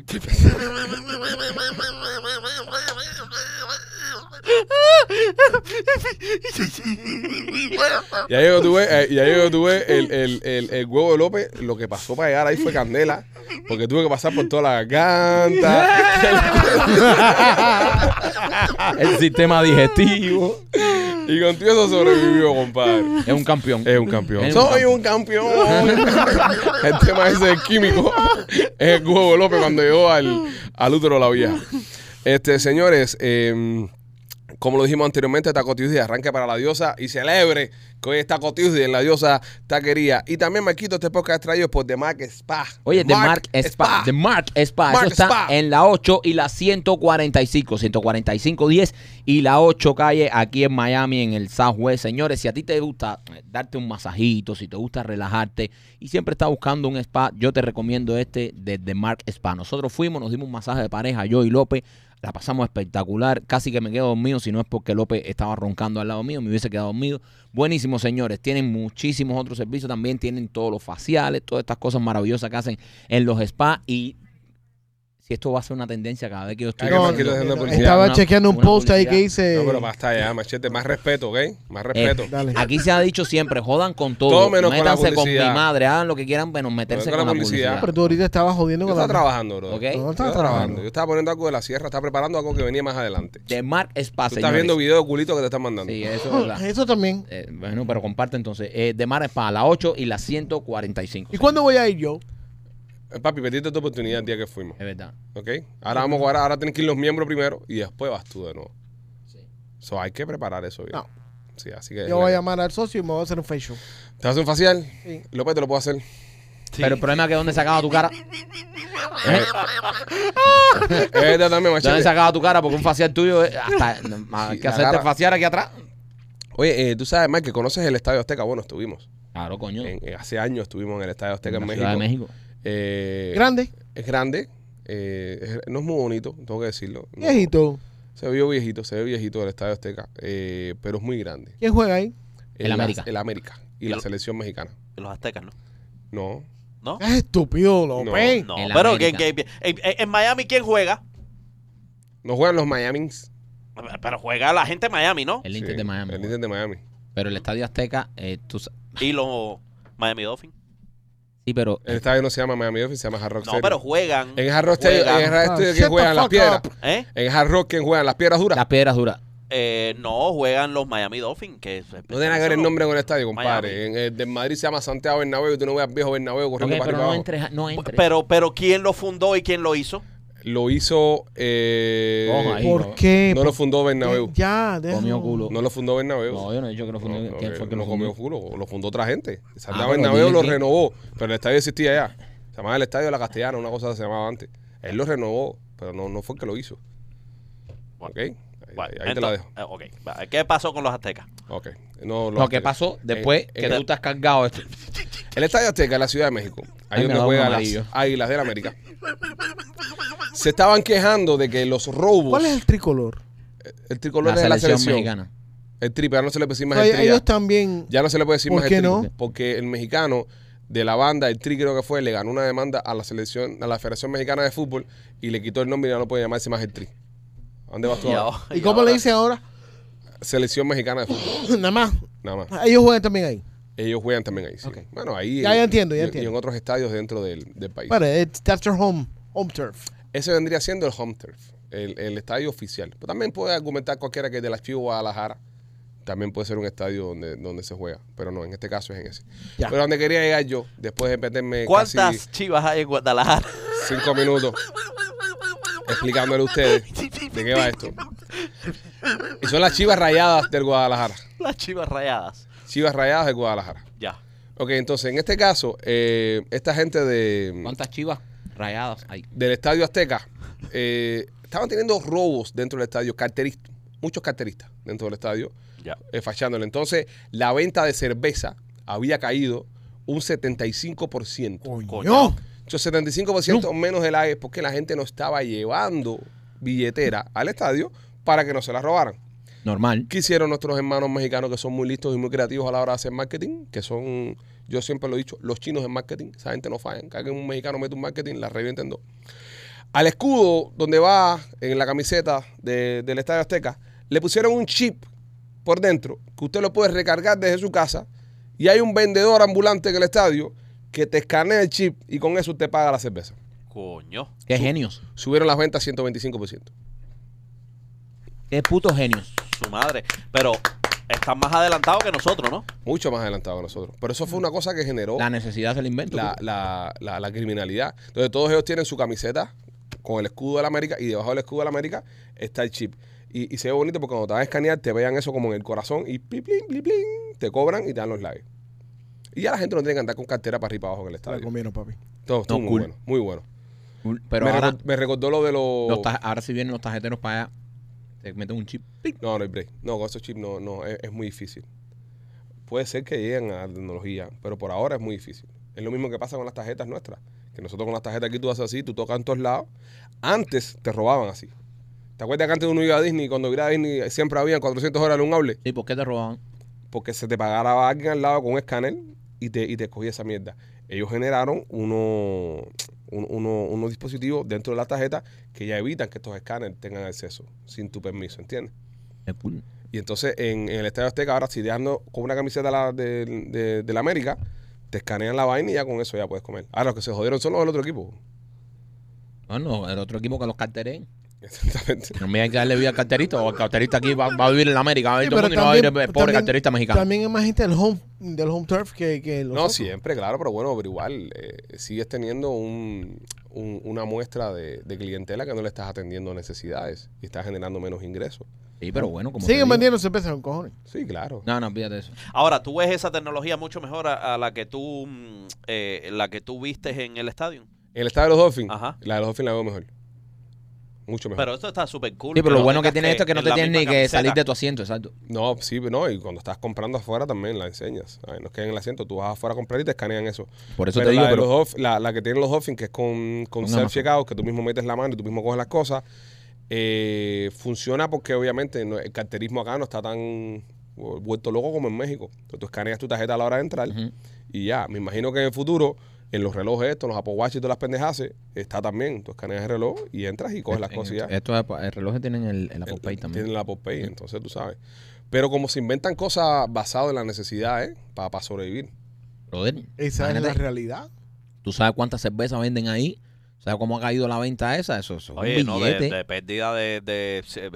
Y ahí yo tuve, eh, y ahí yo tuve el, el, el, el huevo de López. Lo que pasó para llegar ahí fue candela. Porque tuve que pasar por toda la garganta.
El sistema digestivo.
y contigo eso sobrevivió, compadre.
Es un campeón.
Es un campeón.
Es un
Soy un campeón. el tema ese del químico es el huevo López cuando llegó al, al útero de la vieja. Este, señores, eh, como lo dijimos anteriormente, Taco Tuesday arranca para la diosa y celebre que hoy es Taco Tuesday en la diosa taquería. Y también me quito este podcast traído por The Mark Spa.
Oye, The Mark Spa. The Mark Spa.
Mark
Eso está
Spa.
en la 8 y la 145. 145, 10 y la 8 calle aquí en Miami, en el Southwest. Señores, si a ti te gusta eh, darte un masajito, si te gusta relajarte y siempre estás buscando un spa, yo te recomiendo este de The Mark Spa. Nosotros fuimos, nos dimos un masaje de pareja, yo y López. La pasamos espectacular. Casi que me quedo dormido. Si no es porque López estaba roncando al lado mío, me hubiese quedado dormido. Buenísimo, señores. Tienen muchísimos otros servicios también. Tienen todos los faciales, todas estas cosas maravillosas que hacen en los spas. Y si esto va a ser una tendencia cada vez que yo estoy.
Ay, que
No,
me quito
no,
haciendo
no,
publicidad.
estaba
Una-
chequeando un
una
post ahí que
publicidad.
dice.
No, pero basta ya, machete. Más respeto, ¿ok? Más
Eh,
respeto.
Dale.
aquí se ha dicho siempre, jodan con todo,
Todo menos con la
métanse con, mi
publicidad.
madre, hagan lo que quieran, menos meterse
Con la
con, la
publicidad.
publicidad.
Pero tú ahorita estabas jodiendo
Yo
con
estaba
la.
trabajando, bro.
Ok.
No,
Yo
estaba
estaba
trabajando.
trabajando. Yo estaba poniendo algo de la sierra, estaba preparando algo que venía más adelante.
De Mark Spa,
Tú estás
señores.
viendo videos de culito que te están mandando.
Sí, eso es verdad.
Eso también.
Eh, bueno, pero comparte entonces. Eh, de Mark Spa, la 8 y la 145.
¿Y cuándo voy a ir yo?
Eh, Papi, perdiste tu oportunidad el día que fuimos.
Es verdad.
¿Ok? Ahora vamos a jugar, ahora tienen que ir los miembros primero y después vas tú de nuevo. So, hay que preparar eso bien.
No.
Sí, así que.
Yo voy a llamar al socio y me voy a hacer un facial.
¿Te haces un facial?
Sí.
López, te lo puedo hacer. Eh,
Pero el problema es que ¿dónde sacaba tu cara?
Es verdad también,
¿Dónde
machete.
sacaba tu cara? Porque un facial tuyo es hasta hay que
la
hacerte
cara.
facial aquí atrás.
Oye, eh, tú sabes, Mike, que conoces el Estadio Azteca. Bueno, estuvimos.
Claro, coño.
En- eh, hace años estuvimos en el Estadio Azteca en,
la
México.
Ciudad de México.
Eh,
Grande,
Es grande. eh, es- no es muy bonito, tengo que decirlo. No.
viejito.
Se vio viejito, se ve viejito el Estadio Azteca. eh, pero es muy grande.
¿Quién juega ahí?
El
la-
América.
El América. Y la selección mexicana.
Los aztecas, ¿no?
No.
¿No?
Es estúpido, López.
No,
El
pero
América.
que- que- en, en Miami, ¿quién juega?
No juegan los Miamins.
Pero juega la gente de Miami, ¿no?
El
Sí,
Inter de Miami.
El Inter de Miami.
Pero el Estadio Azteca, eh, tú sa-
Y los Miami Dolphins.
Sí, pero
El estadio no se llama Miami Dolphins, se llama Hard Rock
No,
Stadium.
pero juegan.
en Hard Rock Stadium,
juegan.
en Hard Rock
Ah,
Stadium,
shut
¿quién
the
juegan las
fuck
piedras?
up.
¿Eh?
En Hard Rock, ¿quién juegan las piedras duras?
las piedras duras.
Eh, no, juegan los Miami Dolphins. Que
No tiene nada que ver el nombre con el estadio,
Miami.
compadre. En el de Madrid se llama Santiago Bernabéu y tú no veas viejo Bernabéu
Ok,
corriendo para
pero
arriba
no
abajo.
entres, no entres.
Pues, Pero, pero ¿quién lo fundó y quién lo hizo?
Eh, Lo hizo... Eh,
Ojo ahí.
¿Por qué?
no lo fundó Bernabéu.
Ya, déjalo.
Comió culo.
No lo fundó Bernabéu.
No, yo no he dicho que no fue.
No,
¿Quién
no,
fue
eh,
que
no
lo
comió
comió? Ah,
culo, lo fundó otra gente. Santiago
pero
Bernabéu
dile
lo
quién.
renovó, pero el estadio existía ya. Se llamaba el Estadio de la Castellana, una cosa que se llamaba antes. Él lo renovó, pero no, no fue el que lo hizo. ¿Ok? Ahí,
Bueno,
ahí te la dejo.
entonces- eh, ok. Va, ¿Qué pasó con los aztecas?
Ok. No,
Lo que pasó después que
el,
tú estás cargado esto.
el Estadio Azteca, en la Ciudad de México, ahí
Ay, me
donde
da un
juegan las
amarillo.
Águilas del América, se estaban quejando de que los robos,
¿Cuál es el tricolor?
el tricolor de la selección, el triple, ahora no se le puede decir más el
Oye,
tri, ya.
ellos también.
Ya no se le puede decir
¿Por
más
qué
el tri,
no?
porque el mexicano de la banda, el tri creo que fue, le ganó una demanda a la selección, a la Federación Mexicana de Fútbol y le quitó el nombre y ya no puede llamarse más el tri. ¿A dónde vas tú?
Y
ahora?
ahora-
¿Y cómo
ahora-
le dicen ahora?
Selección Mexicana de Fútbol,
Nada más.
nada más.
Ellos juegan también ahí.
Ellos juegan también ahí, sí.
Ok.
Bueno, ahí...
Ya, ya entiendo, ya
y-
entiendo.
Y
eh,
en otros estadios dentro del, del país.
Para, it's- that's your home, home turf.
Ese vendría siendo el home turf, el, el estadio oficial. Pero también puede argumentar cualquiera que de la Chivo Guadalajara también puede ser un estadio donde, donde se juega. Pero no, en este caso es en ese.
Ya.
Pero donde quería llegar yo, después de meterme Eh, casi
¿Cuántas chivas hay en Guadalajara?
cinco minutos explicándole a ustedes de qué va esto. Y son las chivas rayadas del Guadalajara.
Las chivas rayadas.
Chivas rayadas del Guadalajara.
Ya.
Ok, entonces en este caso, eh, esta gente de,
¿Cuántas chivas rayadas hay?
del Estadio Azteca eh, estaban teniendo robos dentro del estadio, carteristas, muchos carteristas dentro del estadio,
Ya.
eh, fachándole. Entonces, la venta de cerveza había caído un 75%.
Coño.
Entonces, 75% menos del AE porque la gente no estaba llevando billetera al estadio para que no se la robaran.
Normal.
¿Qué hicieron nuestros hermanos mexicanos que son muy listos y muy creativos a la hora de hacer marketing? Que son, yo siempre lo he dicho, los chinos en marketing. Esa gente no falla. Cada que un mexicano mete un marketing, la revienten dos. Al escudo donde va en la camiseta de- del Estadio Azteca, le pusieron un chip por dentro que usted lo puede recargar desde su casa y hay un vendedor ambulante en el estadio que te escanea el chip y con eso usted paga la cerveza.
Coño.
Qué genios.
Subieron las ventas 125%.
Qué putos genios.
Su madre. Pero están más adelantados que nosotros, ¿no?
Mucho más adelantado que nosotros. Pero eso fue una cosa que generó
La necesidad del invento.
la, la- la- la criminalidad. Entonces todos ellos tienen su camiseta con el escudo de la América y debajo del escudo de la América está el chip. Y, y se ve bonito porque cuando te van a escanear te vean eso como en el corazón y pi, plin, pli, plin, te cobran y te dan los likes. Y ya la gente no tiene que andar con cartera para arriba y para abajo en el
La
estadio.
comieron, papi.
Todo, estuvo
No,
muy
cool.
bueno, muy bueno.
Pero
me,
ahora,
recor- me recordó lo de los...
los taj- ahora si vienen los tarjeteros para allá, te meten un chip. ¡Ping!
No, no hay break. No, con esos chips no, no, es, es muy difícil. Puede ser que lleguen a la tecnología, pero por ahora es muy difícil. Es lo mismo que pasa con las tarjetas nuestras. Que nosotros con las tarjetas aquí tú haces así, tú tocas en todos lados. Antes te robaban así. ¿Te acuerdas que antes uno iba a Disney y cuando iba a Disney siempre había 400 horas de un hable?
Sí, ¿por qué te robaban?
Porque se te pagara alguien al lado con un escáner y te, y te cogía esa mierda. Ellos generaron uno, un- uno- unos dispositivos dentro de la tarjeta que ya evitan que estos escáneres tengan acceso sin tu permiso, ¿entiendes?
Qué cool.
Y entonces en, en el Estadio Azteca, ahora si dejando con una camiseta la- de, de- de la América, te escanean la vaina y ya con eso ya puedes comer. Ahora los que se jodieron son los del otro equipo.
Bueno, el otro equipo que los carteren.
Exactamente.
No me hay que darle vida al carterista. O el carterista aquí va, va a vivir en la América. Va a vivir todo el mundo y no va a vivir el pobre carterista mexicano.
También hay más gente del home, del home turf que, que los
No,
otros.
siempre, claro, pero bueno, pero igual eh, sigues teniendo un- un- una muestra de, de clientela que no le estás atendiendo necesidades y estás generando menos ingresos.
Sí, pero bueno, como. te
Siguen
digo.
vendiendo cerveza con cojones.
Sí, claro.
No, no, fíjate eso.
Ahora, tú ves esa tecnología mucho mejor a, a la que tú mm, eh, la que tú vistes en el estadio.
El estadio de los Dolphins,
Ajá.
la de los Dolphins la veo mejor. Mucho mejor.
Pero esto está súper cool.
Sí, pero lo bueno que
tengas
tiene esto es que no
en
te
la
tienes ni
misma
que
camiseta.
salir de tu asiento, exacto.
No, sí, no, y cuando estás comprando afuera también la enseñas. Ay, no es que en el asiento, tú vas afuera a comprar y te escanean eso.
Por eso
Pero
te digo,
la, de
pero.
los Dolph- la, la que tienen los Dolphins, que es con, con
Con
self-checkout, que tú mismo metes la mano y tú mismo coges las cosas, eh, funciona porque obviamente no- el carterismo acá no está tan vu- vuelto loco como en México. Entonces, tú escaneas tu tarjeta a la hora de entrar
Ujú.
y ya. Me imagino que en el futuro, en los relojes estos, los Apple Watch y todas las pendejas, está también. Tú escaneas el reloj y entras y coges las
En-
cosas y ya.
Estos ap- el reloj tienen el, el Apple Pay también.
Tienen la Apple Pay, entonces tú sabes. Pero como se inventan cosas basadas en la necesidad, ¿eh? Para sobrevivir.
Brother,
Esa es la
imagínate,
realidad.
Tú sabes cuántas cervezas venden ahí. ¿Sabes cómo ha caído la venta esa? Eso, eso es un
Oye, no, de,
billete.
de pérdida de, de se-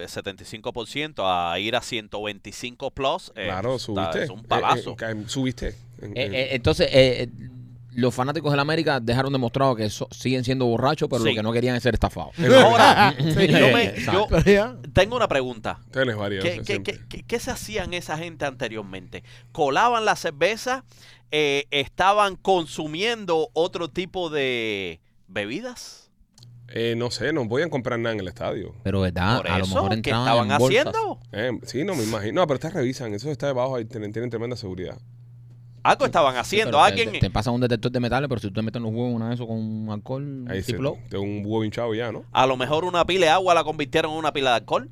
75% a ir a 125 plus. eh,
claro,
está-
subiste.
Es un palazo.
Eh, eh, subiste. En-
Eh,
en-
eh, entonces, eh, eh, los fanáticos del América dejaron demostrado que so- siguen siendo borrachos, pero
Sí.
lo que no querían es ser estafados.
eh,
Ahora,
Sí.
yo, me- yo
Exacto.
Pero ya.
tengo una pregunta.
Tienes varias.
¿Qué, qué-
siempre.
qué- qué- qué se hacían esa gente anteriormente? ¿Colaban la cerveza? Eh, ¿Estaban consumiendo otro tipo de bebidas?
Eh, no sé, no podían comprar nada en el estadio.
Pero verdad,
¿Por
Ah, a lo
eso?
mejor
¿Qué
entraban
estaban
en bolsas.
haciendo?
Eh, sí, no me imagino. No, pero ustedes revisan. Eso está debajo. Ahí tienen, tienen tremenda seguridad.
Algo estaban
Sí,
haciendo.
pero te-
Alguien.
Te, te pasan un detector de metales, pero si tú te metes en los huevos una de esos con alcohol, un
Ahí sí.
Ziploc,
Tengo un búho hinchado ya, ¿no?
A lo mejor una pila de agua la convirtieron en una pila de alcohol.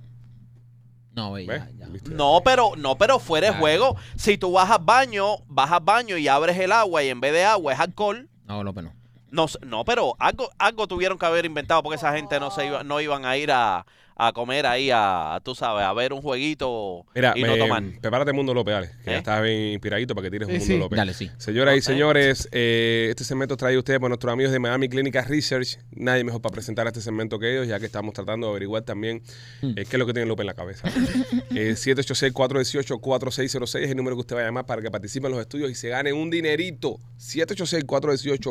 No, ve,
¿Ves?
ya, ya.
¿Viste?
No, pero no, pero fuera de
Claro.
juego. Si tú vas al baño, vas al baño y abres el agua y en vez de agua es alcohol.
No, López, no.
No, sé- no, pero algo, algo tuvieron que haber inventado porque esa gente no se iba, no iban a ir a, a comer ahí, a, tú sabes, a ver un jueguito
Mira,
y no
eh,
tomar.
prepárate Mundo López, Alex, que ya
¿Eh?
estás bien inspiradito para que tires
Sí,
Mundo
sí.
López.
Dale, sí.
Señoras y
Ok.
señores, eh, este segmento trae ustedes por nuestros amigos de Miami Clinic Research. Nadie mejor para presentar este segmento que ellos, ya que estamos tratando de averiguar también eh, qué es lo que tiene López en la cabeza. Eh, 786-418-4606 es el número que usted va a llamar para que participe en los estudios y se gane un dinerito.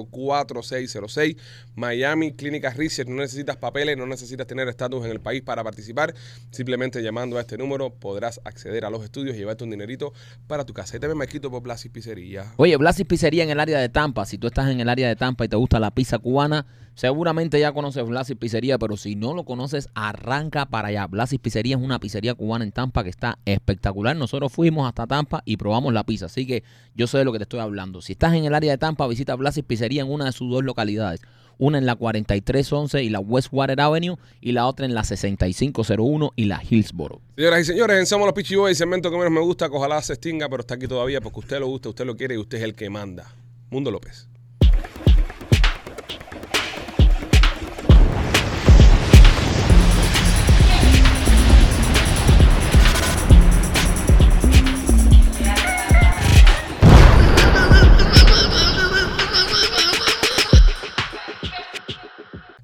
786-418-4606. Miami Clinic Research. No necesitas papeles, no necesitas tener estatus en el país para participar. Simplemente llamando a este número podrás acceder a los estudios y llevarte un dinerito para tu casa. Y también me quito por Blas y Pizzería.
Oye, Blasis Pizzería en el área de Tampa. Si tú estás en el área de Tampa y te gusta la pizza cubana, seguramente ya conoces Blasis Pizzería, pero si no lo conoces, arranca para allá. Blasis Pizzería es una pizzería cubana en Tampa que está espectacular. Nosotros fuimos hasta Tampa y probamos la pizza, así que yo sé de lo que te estoy hablando. Si estás en el área de Tampa, visita Blasis Pizzería en una de sus dos localidades. Una en la 4311 y la Westwater Avenue y la otra en la 6501 y la Hillsborough.
Señoras y señores, en Somos los Pichi Boys, segmento que menos me gusta, que ojalá se extinga, pero está aquí todavía porque usted lo gusta, usted lo quiere y usted es el que manda. Mundo López.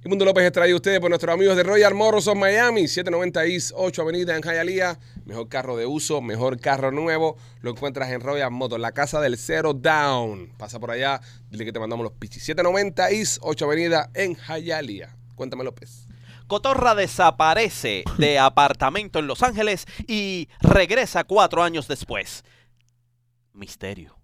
Y Mundo López es traído a ustedes por nuestros amigos de Royal Morrison Miami, 790 East 8 Avenida en Hialeah. Mejor carro de uso, mejor carro nuevo. Lo encuentras en Royal Motor, la casa del Zero Down. Pasa por allá, dile que te mandamos los pichis. 790 East 8 Avenida en Hialeah. Cuéntame, López.
Cotorra desaparece de apartamento en Los Ángeles y regresa cuatro años después. Misterio.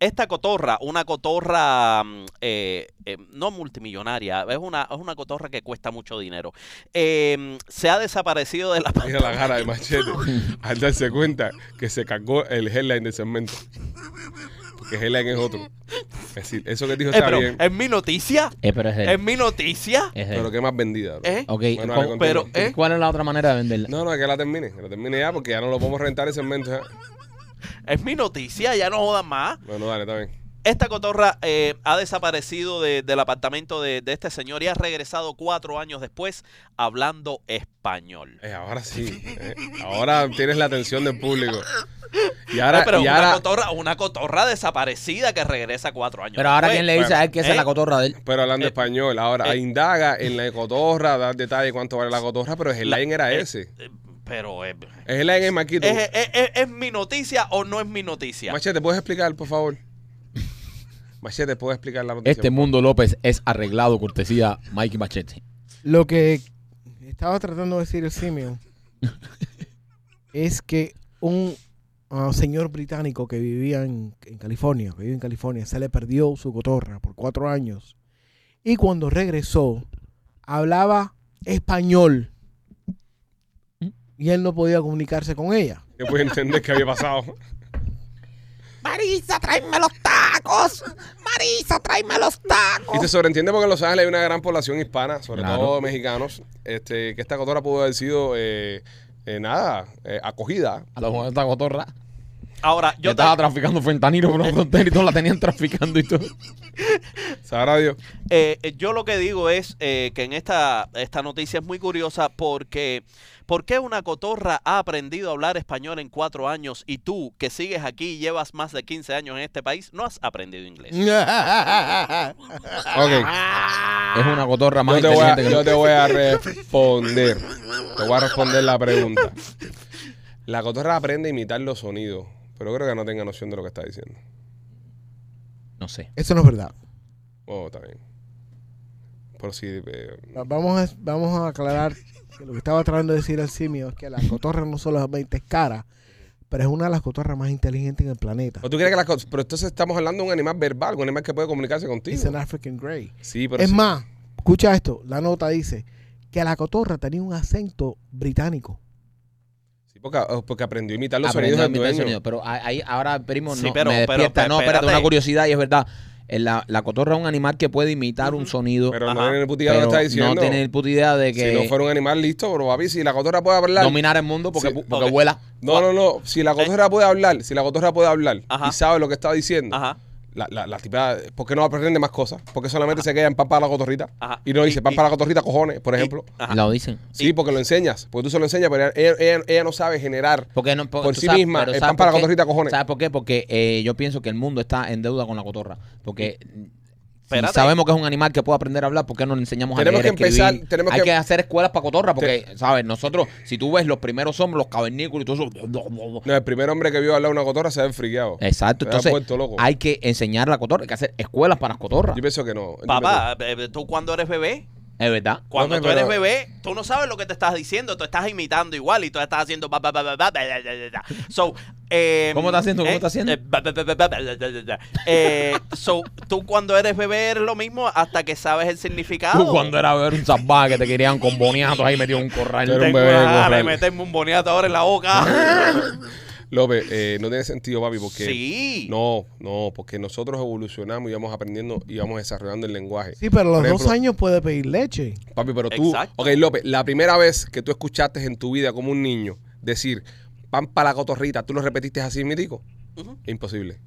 Esta cotorra, una cotorra mm, eh, eh, no multimillonaria, es una, es una cotorra que cuesta mucho dinero. Eh, se ha desaparecido de la
Mira la cara de Machete al darse cuenta que se cargó el headline del segmento. Porque headline es otro. Es decir, eso que dijo
Eh,
está
pero,
bien,
¿En mi noticia?
Eh, pero es él.
¿En mi noticia?
Es él.
pero que más vendida. bro.
¿Eh?
Ok,
Bueno,
¿cómo-
dale, continúa.
Pero, ¿eh?
¿cuál es la otra manera de venderla?
No, no, que la termine, que la termine ya porque ya no lo podemos rentar el segmento. ¿eh?
¿Es mi noticia? Ya no jodan más.
Bueno, dale, está bien.
Esta cotorra eh, ha desaparecido de- del apartamento de, de este señor y ha regresado cuatro años después hablando español.
Eh, ahora sí. eh. Ahora tienes la atención del público. Y ahora,
No, pero
y
una,
ahora-
cotorra, una cotorra desaparecida que regresa cuatro años
Pero ahora,
después.
¿quién le dice
Bueno,
a él que esa
¿eh?
es la cotorra de él?
pero hablando
eh,
español, ahora
eh.
indaga en la cotorra, da detalle cuánto vale la cotorra, pero el
La-
headline era
eh,
ese.
eh, Pero eh,
El headline es Maquito.
¿es, es- es- es mi noticia o no es mi noticia?
Machete, ¿puedes explicar, por favor? Machete, ¿puedes explicar la noticia?
Este mundo López es arreglado cortesía Mikey Machete.
Lo que estaba tratando de decir el simio es que un ah, señor británico que vivía en, en California, que vive en California, se le perdió su cotorra por cuatro años. Y cuando regresó, hablaba español. Y él no podía comunicarse con ella.
Que puedes entender qué había pasado.
Marisa, tráeme los tacos. Marisa, tráeme los
Y se
tacos.
sobreentiende porque en Los Ángeles hay una gran población hispana, sobre
Claro.
todo mexicanos, este, que esta cotorra pudo haber sido, eh, eh, nada, eh, acogida.
A lo mejor esta cotorra.
Ahora,
Yo
yo te-
estaba traficando fentanilo por una frontera y todos la tenían traficando y todo.
Sabrá Dios.
Eh, eh, yo lo que digo es eh, que en esta, esta noticia es muy curiosa porque ¿por qué una cotorra ha aprendido a hablar español en cuatro años y tú que sigues aquí y llevas más de 15 años en este país no has aprendido inglés?
Mm.
Ah,
Ok.
Es una cotorra más
yo, te voy a,
inteligente que
yo
yo.
te voy a responder. Te voy a responder la pregunta. La cotorra aprende a imitar los sonidos, pero creo que no tenga noción de lo que está diciendo.
No sé.
Eso no es verdad.
Oh, está bien. Por si. eh,
Va- Vamos a, vamos a aclarar que lo que estaba tratando de decir el simio es que la cotorra no solamente es cara, pero es una de las cotorras más inteligentes en el planeta.
¿O tú crees que las cosas.? Pero entonces estamos hablando de un animal verbal, un animal que puede comunicarse contigo.
Es an African Grey.
Sí, pero.
Es
sí.
más, escucha esto, la nota dice que la cotorra tenía un acento británico.
Sí, porque, oh, porque aprendió a imitar los
Aprendió a
sonidos del
imitar el
dueño.
sonido. Pero a- ahí ahora, primo,
Sí,
no,
pero-
me
pero-
despierta.
pero
no, espérate,
espérate.
una curiosidad y es verdad. Eh, La, la cotorra es un animal que puede imitar un sonido, pero,
Pero no
Ajá.
tiene ni puta idea de lo que está diciendo.
no tiene ni puta idea de que
Si no fuera un animal listo, pero papi, si la cotorra puede hablar.
dominar el mundo porque,
Sí.
porque
Ok.
vuela.
No, no, no. Si la cotorra puede hablar, si la cotorra puede hablar
Ajá.
y sabe lo que está diciendo,
Ajá.
la, la, la tipa, ¿por qué no aprende más cosas? Porque solamente se queda en papa la cotorrita.
Ajá.
Y no
Y-
dice
y- ah,
papa la cotorrita, cojones, por ejemplo.
Ajá.
Lo dicen.
Sí, porque lo enseñas. Porque tú se lo enseñas, pero ella, ella- ella no sabe generar.
Porque no,
Por
tú
sí misma,
pero
el
¿sabes
pan para
por
la
qué?
cotorrita, cojones.
¿Sabes por qué? Porque eh, yo pienso que el mundo está en deuda con la cotorra. Porque si
Espérate.
sabemos que es un animal que puede aprender a hablar, ¿por qué no le enseñamos
Tenemos
a leer,
que
escribir?
empezar- tenemos
Hay
que-
que... hacer escuelas para cotorra, porque, ¿sabes? Nosotros, si tú ves los primeros hombres, los cavernícolas y todo eso...
No, el primer hombre que vio hablar una cotorra se ha friqueado.
Exacto,
Se ha
Eh, entonces
puesto loco.
hay que enseñar la cotorra, hay que hacer escuelas para las cotorras.
Yo pienso que no.
Papá, eh, tú cuando eres bebé,
Es verdad.
cuando
No,
tú
pero-
eres bebé, tú no sabes lo que te estás diciendo, tú estás imitando igual y tú estás haciendo ba, ba, ba, ba, ba, ba, ba, ba, ba. So, eh,
¿Cómo estás haciendo? ¿Cómo
eh,
estás haciendo?
eh, ba, ba, ba, ba, ba, ba, ba, ba, ba. Eh, so, tú cuando eres bebé eres lo mismo hasta que sabes el significado.
Tú cuando era ver un salvaje que te querían con boniatos ahí metido en un corral.
Pero-
Tengo
un bebé,
ganas de
corral.
meterme un boniato ahora en la boca.
López, eh, no tiene sentido, papi, porque.
sí.
No, no, porque nosotros evolucionamos y vamos aprendiendo y vamos desarrollando el lenguaje.
Sí, pero a los
Por
dos
ejemplo,
años puede pedir leche.
Papi, pero tú.
Exacto.
Ok, López, la primera vez que tú escuchaste en tu vida como un niño decir pan para la cotorrita, ¿tú lo repetiste así, mitico?
Ujú.
Imposible.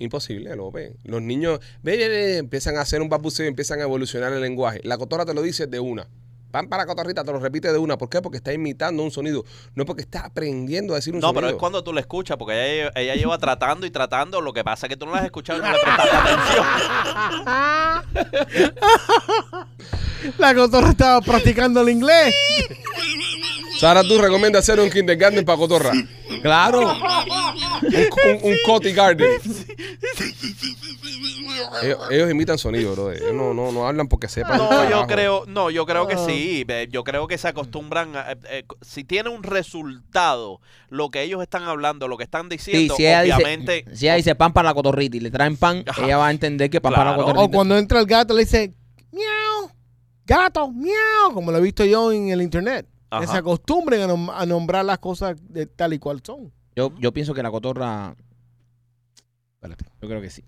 Imposible, López. Los niños ve, ve, ve, empiezan a hacer un babuceo y empiezan a evolucionar el lenguaje. La cotorra te lo dice de una. Pan para la cotorrita, te lo repite de una. ¿Por qué? Porque está imitando un sonido. No porque está aprendiendo a decir un
No,
sonido.
pero es cuando tú la escuchas, porque ella, lle- ella lleva tratando y tratando. Lo que pasa es que tú no la has escuchado y no le prestaste atención.
La cotorra estaba practicando el inglés.
Sara, tú recomiendas hacer un kindergarten para cotorra.
Claro.
un, un, un Coti Garden. Ellos, ellos imitan sonido, bro. Ellos no, no, no hablan porque sepan. un
No, yo
carajo.
creo, no, yo creo que sí. Eh, Yo creo que se acostumbran. a- eh, eh, si tiene un resultado, lo que ellos están hablando, lo que están
Sí,
diciendo,
si ella,
obviamente.
dice, si ella dice pan para la cotorrita y le traen pan,
Ajá.
ella va a entender que pan para la
Claro.
O
cotorrita.
cuando entra el gato le dice, miau, gato, miau, como lo he visto yo en el internet. Que
Ajá.
se acostumbren a, nom- a nombrar las cosas de tal y cual son.
Yo, yo pienso que la cotorra. Espérate, yo creo que sí.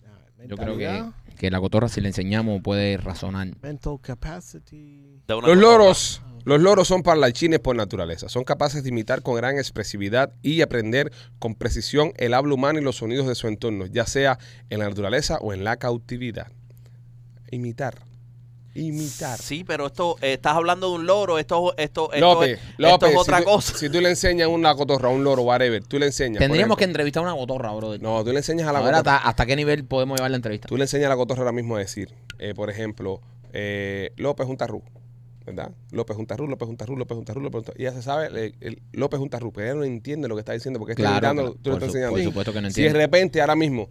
Yo creo que,
Ah, Mentalidad,
que la cotorra, si le enseñamos, puede razonar.
Mental capacity.
de una
Los
cosa-
loros. Los loros son parlanchines por naturaleza. Son capaces de imitar con gran expresividad y aprender con precisión el habla humana y los sonidos de su entorno, ya sea en la naturaleza o en la cautividad. Imitar. Imitar.
Sí, pero esto, eh, estás hablando de un loro, esto, esto, esto,
López,
es- esto
López,
es otra
si, tú,
cosa.
si tú le enseñas una cotorra, un loro, whatever, tú le enseñas. por
Tendríamos que
ejemplo-
entrevistar a una cotorra, brother.
No, tú le enseñas a la
A ver
cotorra.
hasta, hasta qué nivel podemos llevar la entrevista.
Tú le enseñas a la cotorra ahora mismo a decir, eh, por ejemplo, eh, López es un tarrú, ¿verdad? López es un tarrú, López es un tarrú, López es un tarrú, López es un tarrú. Y ella se sabe, eh, el López es un tarrú, pero ella no entiende lo que está diciendo porque está
Claro,
gritando,
claro,
tú le
por
estás
su-
enseñando.
por supuesto que no
Si de
entiende.
repente ahora mismo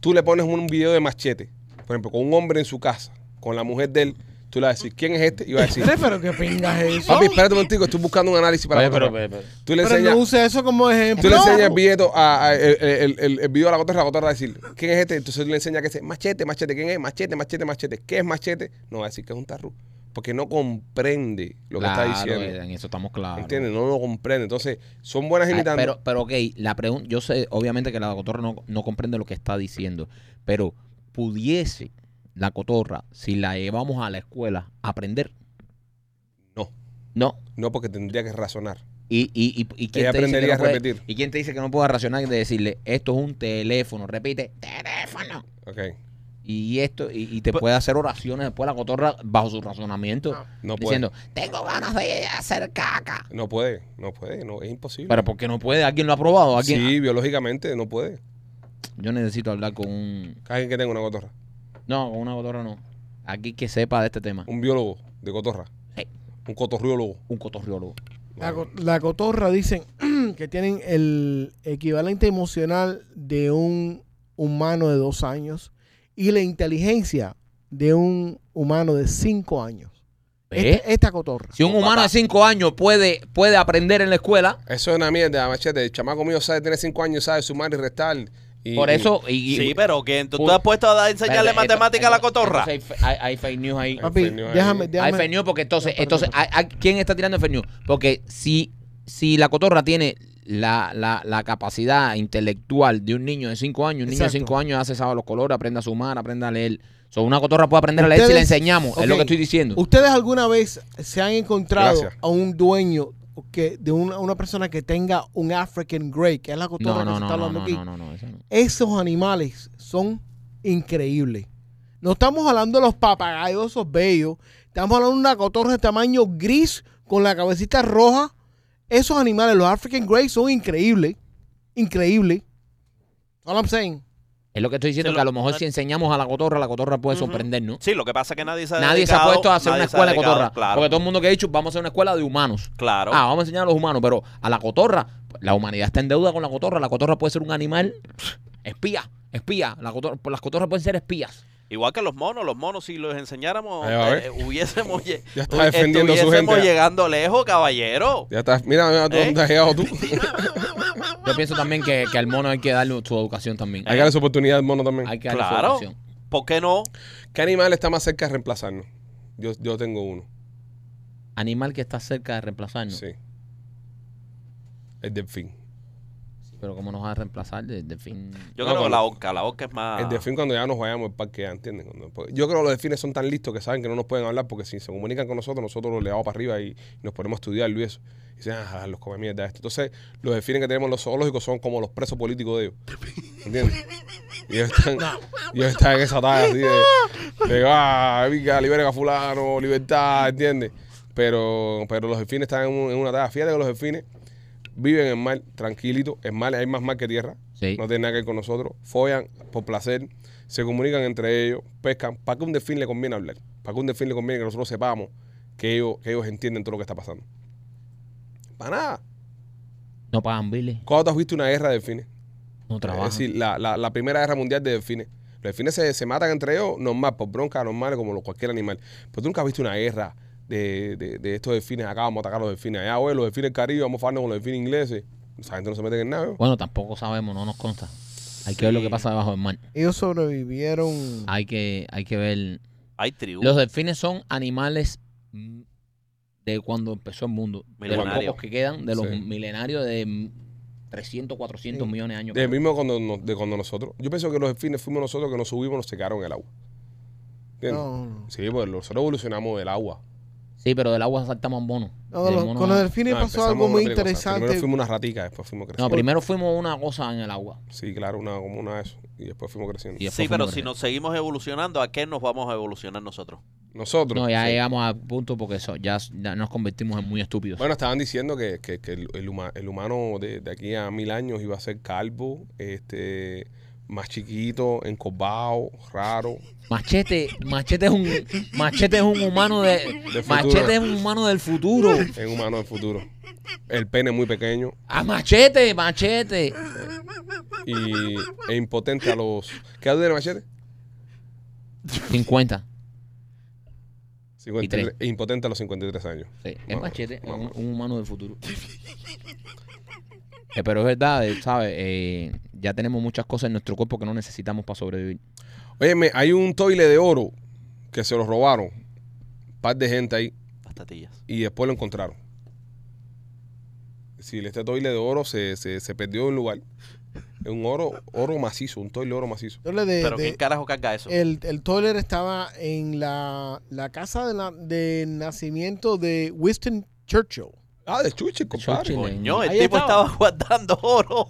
tú le pones un video de machete, por ejemplo, con un hombre en su casa, con la mujer de él, tú le vas a decir, ¿quién es este? Y va a decir,
Pero, pero qué pingas es eso.
papi, espérate un momentico, estoy buscando un análisis para la cotorra. Tú le
pero
enseñas...
no use eso como ejemplo.
Tú le enseñas el billeto a, a- el, el- el- el video a la cotorra, la cotorra va a decir, ¿quién es este? Entonces tú le enseñas que dice, machete, machete, ¿quién es? Machete, machete, machete. ¿Qué es machete? No va a decir que es un tarru. Porque no comprende lo que
Claro, eh,
está diciendo.
En eso estamos claros.
¿Entiendes? No lo comprende. Entonces, son buenas
Ah,
imitando.
Pero, pero ok, la pregunta, yo sé, obviamente que la cotorra no, no comprende lo que está diciendo, pero pudiese la cotorra, si la llevamos a la escuela, aprender.
No.
No.
No, porque tendría que razonar.
Y, y, y, y quién
Ella
te dice que
aprendería
no
a
puede-
repetir.
¿Y quién te dice que no pueda racionar y de decirle, esto es un teléfono? Repite, teléfono.
Ok.
Y esto, y, y
Pues
te puede hacer oraciones después la cotorra bajo su razonamiento.
No puede.
diciendo,
Tengo ganas de hacer caca.
No puede. No puede. No, es imposible.
pero porque no puede, alguien lo ha probado, alguien. Ah,
sí, biológicamente no puede.
Yo necesito hablar con un.
Alguien que tenga una cotorra.
No, con una cotorra no. Aquí que sepa de este tema.
Un biólogo de cotorra.
Sí.
Un cotorriólogo.
Un cotorriólogo.
La, co- la cotorra dicen que tienen el equivalente emocional de un humano de dos años y la inteligencia de un humano de cinco años.
Este
¿Eh?
Esta, esta cotorra.
Si un humano de 5 años puede, puede aprender en la escuela,
Eso es una mierda, machete. El chamaco mío sabe, tiene cinco años, sabe sumar y restar. Y,
por
y-
eso. Y,
Sí,
y-
pero que tú
Uy.
te has puesto a dar- enseñarle
espérate,
matemática a la
entonces-
cotorra.
entonces Hay, hay- hay fake news ahí.
Papi,
Fake news ahí.
déjame,
Hay
déjame.
fake news porque entonces,
Espérate,
entonces
espérate.
hay- hay- ¿quién está tirando fake news? Porque si, si la cotorra tiene la, la, la capacidad intelectual de un niño de 5 años, un niño
Exacto.
de 5 años hace sabe los colores, aprende a sumar, aprende a leer. So, una cotorra puede aprender a leer si le
Ustedes-
enseñamos, es lo
ok.
que estoy diciendo.
¿Ustedes alguna vez se han encontrado
Gracias.
a un dueño que, de una, una persona que tenga un African Grey, que es la
No,
cotorra
no,
que se
no, no,
está
no,
hablando
no,
aquí?
no, no, eso no.
Esos animales son increíble. No estamos hablando de los papagayos esos bellos. Estamos hablando de una cotorra de tamaño gris con la cabecita roja. Esos animales, los African Grey, son increíbles. Increíbles. All I'm saying.
Es lo que estoy diciendo,
Se lo-
que a lo mejor si enseñamos a la cotorra, la cotorra puede
Ujú.
sorprendernos.
Sí, lo que pasa es que nadie se ha
Nadie se ha
dedicado-
puesto a hacer una
nadie se ha
escuela de
dedicado,
cotorra.
Claro,
Porque todo el mundo que ha dicho, vamos a hacer una escuela de humanos.
claro.
Ah, vamos a enseñar a los humanos, pero a la cotorra, la humanidad está en deuda con la cotorra. La cotorra puede ser un animal espía, espía. La cotorra- las cotorras pueden ser espías.
Igual que los monos, los monos si los enseñáramos
Ahí va, a
eh, hubiésemos lle-
Ya está defendiendo a su
estuviésemos
gente.
llegando lejos, caballero.
Ya estás, mira, mira
¿Eh?
tú dónde has llegado tú.
Yo pienso también que, que al mono hay que darle su educación también.
Hay que darle su oportunidad al mono también.
Hay que darle
Claro.
su educación.
¿Por qué no?
¿Qué animal está más cerca de reemplazarnos? Yo, yo tengo uno.
Animal que está cerca de reemplazarnos.
Sí. El delfín.
Pero cómo nos va a reemplazar de, de fin.
No,
Yo creo que
cuando-
la orca, la orca es más.
El delfín cuando ya nos vayamos al parque, ya, ¿entienden? Cuando- porque yo creo que los delfines son tan listos que saben que no nos pueden hablar porque si se comunican con nosotros, nosotros le damos para arriba y nos ponemos a estudiarlo y eso. Y dicen, ah, los come mierda esto. Entonces, los delfines que tenemos en los zoológicos son como los presos políticos de ellos. ¿Entiendes? Y ellos están, y ellos están en esa talla así de, de, ah, venga, liberen a fulano, libertad, ¿entiendes? Pero, pero los delfines están en, un- en una talla. Fíjate que los delfines viven en mar, tranquilito. En mar, hay más mar que tierra.
Sí.
No tiene nada que ver con nosotros. Follan por placer, se comunican entre ellos, pescan. ¿Para qué un delfín le conviene hablar? ¿Para qué un delfín le conviene que nosotros sepamos que ellos, que ellos entienden todo lo que está pasando? Para nada.
No pagan biles,
¿Cuándo te has visto una guerra de delfines?
no trabajan.
Es decir, la, la- la primera guerra mundial de delfines. Los delfines se, se matan entre ellos normal, por bronca normal, como lo- cualquier animal. Pero tú nunca has visto una guerra de, de- de estos delfines. Acá vamos a atacar a los delfines. Allá, güey, los delfines del Caribe, vamos a fajarnos con los delfines ingleses. Esa gente no se mete en nada, güey.
Bueno, tampoco sabemos, no nos consta. Hay que ver lo que pasa debajo del mar.
Ellos sobrevivieron.
Hay que, hay que ver.
Hay tribus.
Los delfines son animales mm, de cuando empezó el mundo. De los
Milenarios.
pocos que quedan, de los
Sí.
milenarios de mm, 300, 400 millones de años.
De mismo cuando, nos- de cuando nosotros. Yo pienso que los delfines fuimos nosotros que nos subimos, nos secaron el agua. ¿Entiendes?
No, no.
Sí, pues nosotros evolucionamos del agua.
Sí, pero del agua saltamos a un bono.
No,
Del
los-
mono
con
a-
los delfines
Ah,
pasó
empezamos
algo muy
otra cosa. Primero
interesante.
fuimos unas raticas, después fuimos
No,
creciendo.
primero fuimos una cosa en el agua.
Sí, claro, una, como una de eso. Y después fuimos creciendo.
Y después
Sí, pero
fuimos
si
creciendo.
nos seguimos evolucionando, ¿a qué nos vamos a evolucionar nosotros?
Nosotros.
No, ya
sí.
llegamos a punto porque eso, ya, ya nos convertimos en muy estúpidos.
Bueno, estaban diciendo que, que- que el, el huma- el humano de, de aquí a mil años iba a ser calvo, este más chiquito, encorvado, raro.
Machete, Este, machete es un machete es un humano de,
futuro.
machete es un humano del futuro.
Es un humano del futuro. El pene muy pequeño.
Ah, machete, machete.
y, e impotente a los. ¿Qué edad tiene Machete?
50.
53, e impotente a los 53 años.
Sí, es
Vamos,
machete, es un,
vamos.
un humano del futuro. Eh, pero es verdad, eh, ¿sabes? Eh, ya tenemos muchas cosas en nuestro cuerpo que no necesitamos para sobrevivir.
Óyeme, hay un toile de oro que se lo robaron. Un par de gente ahí
Las tatillas.
y después lo encontraron. Si este toile de oro se, se, se perdió en un lugar. Es un oro, oro macizo, un toile de oro macizo.
Entonces, de-
¿Pero
Eh, de- eh,
quién carajo carga eso?
el, el Toiler estaba en la, la casa de, la- de nacimiento de Winston Churchill.
Ah, de Chuchi, compadre.
Churchill, eh.
Coño, el
ahí
tipo
estaba.
estaba. guardando oro.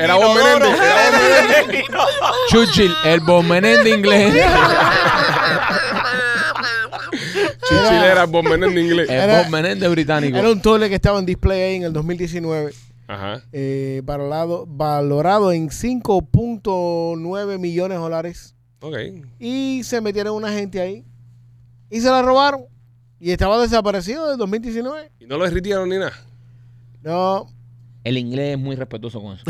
era Bob
inodoro.
Menéndez, era Bob
Churchill, el bombenén de inglés.
Chuchi era bomben en inglés.
El
Era-
bombenén de británico.
Era un Toiler que estaba en display ahí en el 2019,
Ajá.
eh, valorado, valorado en 5.9 millones de dólares.
Ok.
Y se metieron una gente ahí y se la robaron. Y estaba desaparecido desde 2019.
Y no lo derritieron ni nada.
No,
El inglés es muy respetuoso con eso.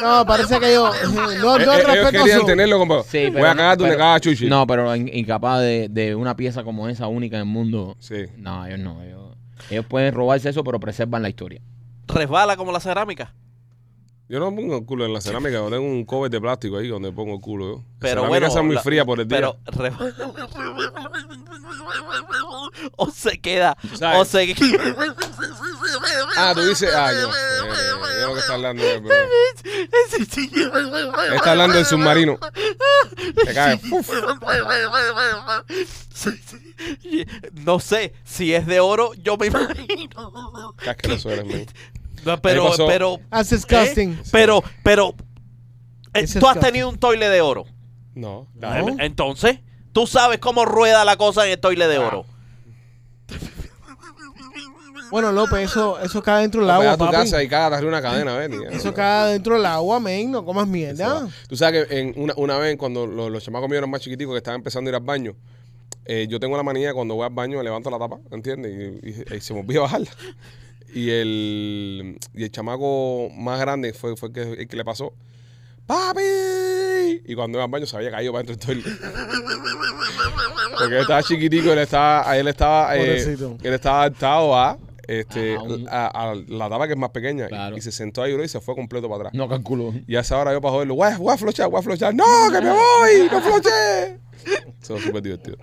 no, parece que yo. No, no,
Eh, eh, ellos querían
respetuoso.
tenerlo, compadre.
Sí, pero
Voy a
no,
cagar, tú le
pero-
cagas a Chuchi.
No, pero in- incapaz de, de una pieza como esa, única en el mundo.
Sí.
No, ellos no. Ellos, ellos pueden robarse eso, pero preservan la historia.
Resbala como la cerámica.
Yo no pongo el culo en la cerámica, yo tengo un cover de plástico ahí donde pongo el culo yo.
Pero
la
bueno.
Esa es muy
la-
fría por el día.
Pero resbala. o se queda.
¿Sabes?
O se
Ah, tú dices, ah, yo, eh, yo lo que está hablando. eh, pero- Está hablando del submarino. Te cae. Uf.
No sé si es de oro, yo me imagino.
Qué asqueroso eres, man.
No, pero,
pasó.
pero,
That's disgusting.
pero, pero, Eh,
Ese
Tú
es
has
casi-
tenido un toile de oro.
No.
No.
Em, Entonces, tú sabes cómo rueda la cosa en el toile de oro.
Bueno, López, eso, eso cae dentro del
Vaya
agua,
a tu
papi.
casa y cágate una cadena, ven. y-
Eso cae dentro del agua, men. No comas mierda.
Tú sabes que en una, una vez cuando lo- los chamacos míos eran más chiquiticos que estaban empezando a ir al baño, eh, yo tengo la manía de cuando voy al baño levanto la tapa, ¿entiendes? Y, y- y se me olvida bajarla. Y el, y el chamaco más grande fue, fue el, que, el que le pasó. ¡Papi! Y cuando iba al baño se había caído para dentro del toilet. Porque él estaba chiquitico, él estaba, él estaba, eh,
Pobrecito.
él estaba adaptado a, este,
A un-
a- a la tapa que es más pequeña. Y-
Claro.
Y, se sentó ahí bro, y se fue completo para atrás.
No calculo.
Y a esa hora yo para joderlo, voy a, voy a flochar, voy a flochar. ¡No, que me voy! ¡No floché! Eso es súper divertido.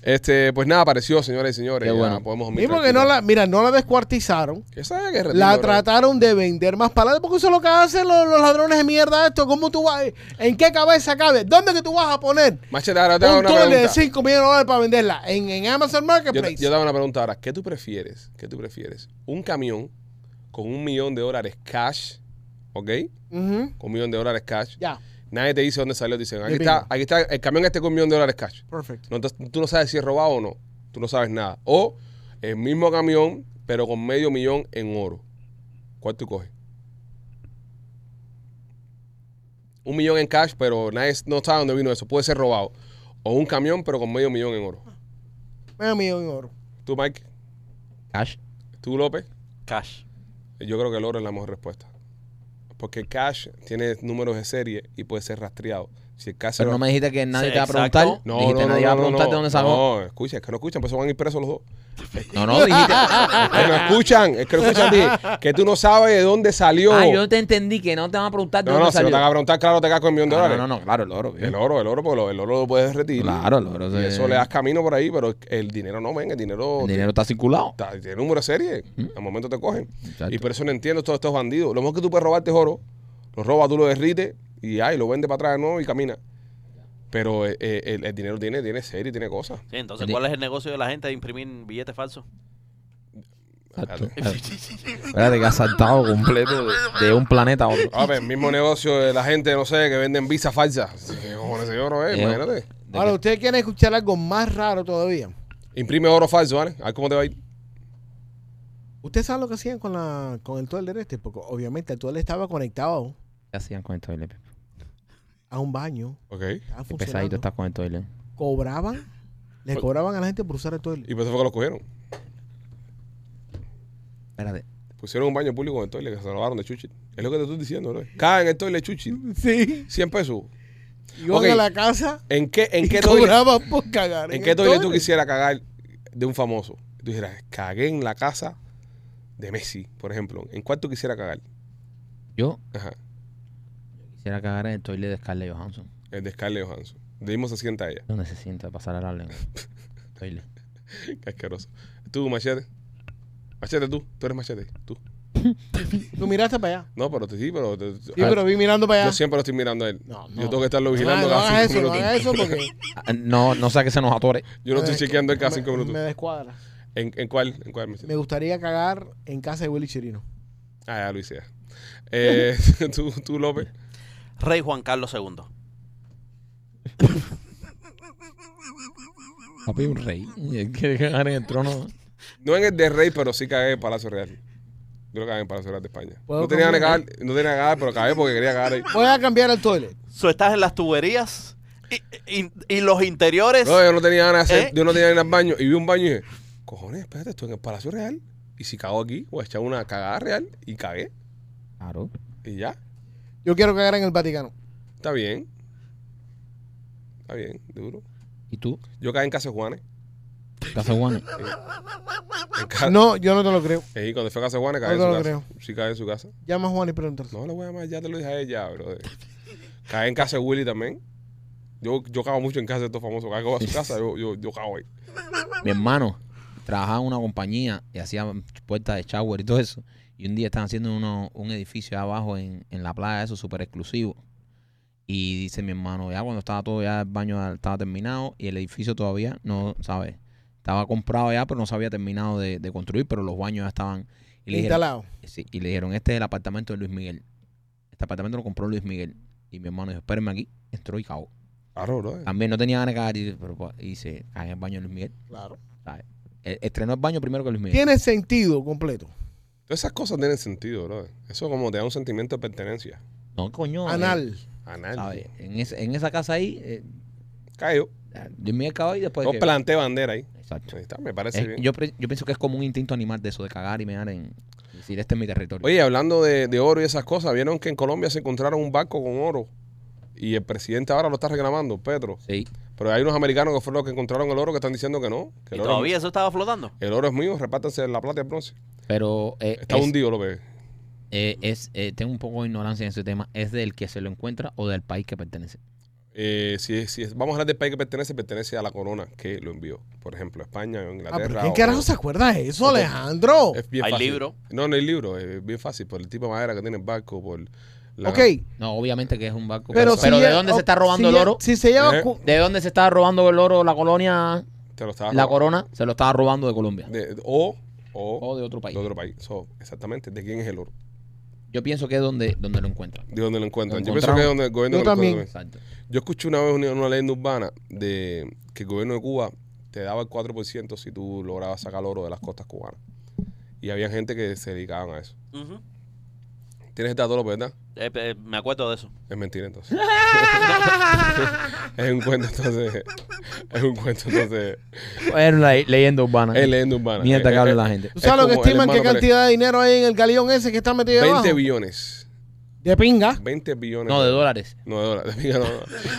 Este, pues nada, apareció, señores y señores.
Qué
Ya
bueno.
podemos dormir
Y porque no
tranquilos.
la, mira, no la descuartizaron.
Esa es que es retiro,
La
bro.
trataron de vender más para adelante, porque eso es lo que hacen los, los ladrones de mierda esto. ¿Cómo tú vas? ¿En qué cabeza cabe? ¿Dónde que tú vas a poner
Machete, ahora te hago
un
una
toile de
pregunta.
5 millones de dólares para venderla? En, en Amazon
Yo, te-
Marketplace.
yo te hago una pregunta ahora. ¿Qué tú prefieres? ¿Qué tú prefieres? ¿Un camión con un millón de dólares cash? ¿Ok?
Ujú,
Con un millón de dólares cash.
Ya,
Nadie te dice dónde salió. Te dicen, aquí
De
está,
pinga.
aquí está el camión este con un millón de dólares cash.
perfecto.
No, entonces, tú no sabes si es robado o no. Tú no sabes nada. O el mismo camión, pero con medio millón en oro. ¿Cuál tú coges? Un millón en cash, pero nadie no sabe dónde vino eso. Puede ser robado. O un camión, pero con medio millón en oro.
Medio millón en oro.
Tú, Mike.
Cash.
Tú, López.
Cash.
Yo creo que el oro es la mejor respuesta. Porque el cash tiene números de serie y puede ser rastreado. Si el cash se
Pero
lo-
no me dijiste que nadie
Sí,
te va a
exacto.
preguntar.
No,
dijiste
no, no,
nadie va a
no,
preguntar de
no.
dónde sacó.
No, escucha, es que no escuchan, por eso van a ir presos los dos.
No, no, dijiste. "Ah,
Es que no escuchan, es que no escuchan bien. Que tú no sabes de dónde salió.
Ah, yo te entendí que no te van a preguntar de
no,
dónde
no, si no
salió.
te van a preguntar, claro, te caes con un millón de
Ah,
dólares.
no, no, no, claro, el oro. bien.
El oro, el oro, porque lo- el oro lo puedes retirar.
Claro, el oro.
Y
se-
eso le das camino por ahí, pero el dinero no, ven, el dinero.
El dinero está circulado.
está- Tiene número de serie. Al momento te cogen.
Exacto.
Y por eso no entiendo todos estos bandidos. Lo mejor que tú puedes robarte es oro. Lo robas, tú lo derrites y ay, lo vendes para atrás de nuevo y camina. Pero eh, eh, el, el dinero tiene, tiene serie, tiene cosas.
Sí, entonces, ¿cuál es el negocio de la gente de imprimir billetes falsos?
Exacto. Espérate que ha saltado completo de, de un planeta a otro.
A ver, el Ah, pues, mismo negocio de la gente, no sé, que venden visas falsas. ¿Qué cojones de oro es?
Eh,
Imagínate.
De
Ahora,
que-
¿ustedes quieren escuchar algo más raro todavía?
Imprime oro falso, ¿vale? A ver cómo te va a ir.
¿Ustedes saben lo que hacían con, la, con el toilet este? Porque obviamente el toilet estaba conectado
¿Qué hacían con el toilet? Pepe?
a un baño.
Ok.
Estaba
Qué pesadito
funcionando.
estás con el toilet.
Cobraban, le cobraban a la gente por usar el toilet.
Y por eso fue que los cogieron.
Espérate.
Pusieron un baño público en el toilet que se robaron de Chuchi. Es lo que te estoy diciendo, ¿no? Caen en el toilet Chuchi.
Sí.
100 pesos.
Iban
Ok.
a la casa
¿En qué, en qué
y
toilet,
cobraban por cagar.
en
el
qué toilet tú quisieras cagar de un famoso? Tú dijeras, cagué en la casa de Messi, por ejemplo. ¿En cuál tú quisieras cagar?
Yo
Ajá.
quisiera cagar en el toilet de Scarlett Johansson.
El de Scarlett Johansson. Le dimos se sienta ella.
¿Dónde se sienta pasar a la lengua? Toilet.
Qué asqueroso. Tú, machete. Machete, tú. Tú eres machete. Tú.
Tú miraste para allá.
No, pero te- sí, pero. te-
Sí, pero vi mirando para allá.
Ah, Yo siempre lo estoy mirando a él.
No, no.
Yo tengo que estarlo
No,
vigilando
no
cada
hagas
cinco
eso, no
minutos.
hagas eso porque
Ah, No, no sea que se nos atore.
Yo no estoy
me-
chequeando él cada
me-
cinco
Me
minutos.
descuadra.
¿En, en cuál? ¿En cuál? Michelle?
Me gustaría cagar en casa de Willy Chirino.
Ah, ya lo hice. ya. Eh, tú, tú, López.
Rey Juan Carlos II.
Papi, un rey. Y él quiere cagar en el trono.
No en el de Rey, pero sí cagué en Palacio Real. Yo lo cagué en Palacio Real de España.
¿Puedo
No tenía, nada que
comer?
cagar, no tenía nada que cagar, pero cagué porque quería cagar ahí.
Voy a cambiar el toilet.
So, estás en las tuberías y, y- y los interiores.
No, yo no tenía ganas de hacer,
¿Eh?
yo no tenía ganas de ir al baño. Y vi un baño y dije, cojones, espérate, estoy en el Palacio Real. Y si cago aquí, voy a echar una cagada real. Y cagué.
Claro.
Y ya.
Yo quiero cagar en el Vaticano.
Está bien. Está bien, duro.
¿Y tú?
Yo caí en Casa de Juanes.
¿Qué haces, Juan?
En ca-
No, yo no te lo creo.
Eh, cuando fue a Casa de Juanes, caí
Ah, No te
en
lo
su
creo.
casa. Sí, caí en su casa.
Llama a Juan y pregúntale.
No lo voy a llamar, ya te lo dije a ella, bro. Caí en casa de Willy también. Yo, yo cago mucho en casa de estos famosos. Cago a su casa, yo, yo, yo cago ahí.
Mi hermano trabajaba en una compañía y hacía puertas de shower y todo eso. Y un día estaban haciendo uno- un edificio allá abajo en, en la playa, eso súper exclusivo. Y dice mi hermano, ya cuando estaba todo, ya el baño estaba terminado y el edificio todavía no, ¿sabes? Estaba comprado ya, pero no se había terminado de, de construir, pero los baños ya estaban. Y le, dijeron,
Instalado.
sí, y le dijeron, este es el apartamento de Luis Miguel. Este apartamento lo compró Luis Miguel. Y mi hermano dijo, espérenme aquí. Entró y cagó.
Claro, bro. eh.
También no tenía ganas de cagar y, pero, pa- y se cagó en el baño de Luis Miguel.
Claro.
¿sabes? Eh, Estrenó el baño primero que Luis Miguel.
Tiene sentido completo.
Todas esas cosas tienen sentido, bro. Eso como te da un sentimiento de pertenencia.
No, coño. eh,
Anal.
A nadie.
¿sabes? En, esa- en esa casa ahí, eh,
Cayó.
Luis Miguel cagó y después...
No
que-
planté bandera ahí.
Exacto.
Ahí está, me parece
Es-
bien.
yo, pre- yo pienso que es como un instinto animal de eso, de cagar y mear en... Decir, este es mi territorio.
Oye, hablando de, de oro y esas cosas, vieron que en Colombia se encontraron un barco con oro y el presidente ahora lo está reclamando, Petro.
Sí.
Pero hay unos americanos que fueron los que encontraron el oro que están diciendo que no. Que
Y
el oro,
todavía eso estaba flotando.
el oro es mío, repártanse la plata y el bronce.
Pero eh,
Está
es-
hundido, lo ve.
eh, es, eh, tengo un poco de ignorancia en ese tema. ¿Es del que se lo encuentra o del país que pertenece?
Eh, si, es- si es- vamos a hablar del país que pertenece, pertenece a la corona que lo envió. Por ejemplo, España o
Ah, pero
Inglaterra.
¿Quién
o-
carajo se acuerda de eso, Alejandro?
Es bien
Hay
fácil.
libro.
No, no hay libro. Es bien fácil por el tipo de madera que tiene el barco, por la-
Ok,
No, obviamente que es un barco.
pero, si
¿de
ya-
dónde
o-
se está robando
si
el
ya-
oro?
Si se lleva...
Eh.
cu-
¿De dónde se está robando el oro la colonia?
Te lo estaba
La
robando.
corona se lo estaba robando de Colombia.
De- o, o,
O de otro país.
de otro país. So, exactamente, ¿de quién es el oro?
Yo pienso que es donde, donde lo encuentran.
¿De dónde lo encuentran?
Lo
Yo pienso que es
encontramos.
donde el gobierno
Yo
lo
también.
encuentra.
Exacto.
Yo escuché una vez una, una leyenda urbana de que el gobierno de Cuba te daba el 4% si tú lograbas sacar oro de las costas cubanas. Y había gente que se dedicaban a eso.
Ujú.
Tienes el dato, López, ¿verdad?
Eh, eh, me acuerdo de eso.
Es mentira, entonces. es un cuento, entonces. Es un cuento, entonces.
Era una le- leyenda urbana.
Es leyenda urbana. Eh,
Mierda
Es-
que habla
es-
la gente.
¿Tú sabes lo que
como el
estiman? ¿Qué
hermano Pérez.
cantidad de dinero hay en el galeón ese que está metido
20
abajo?
billones.
De pinga.
20 billones.
No, de dólares.
No, de dólares. De pinga no.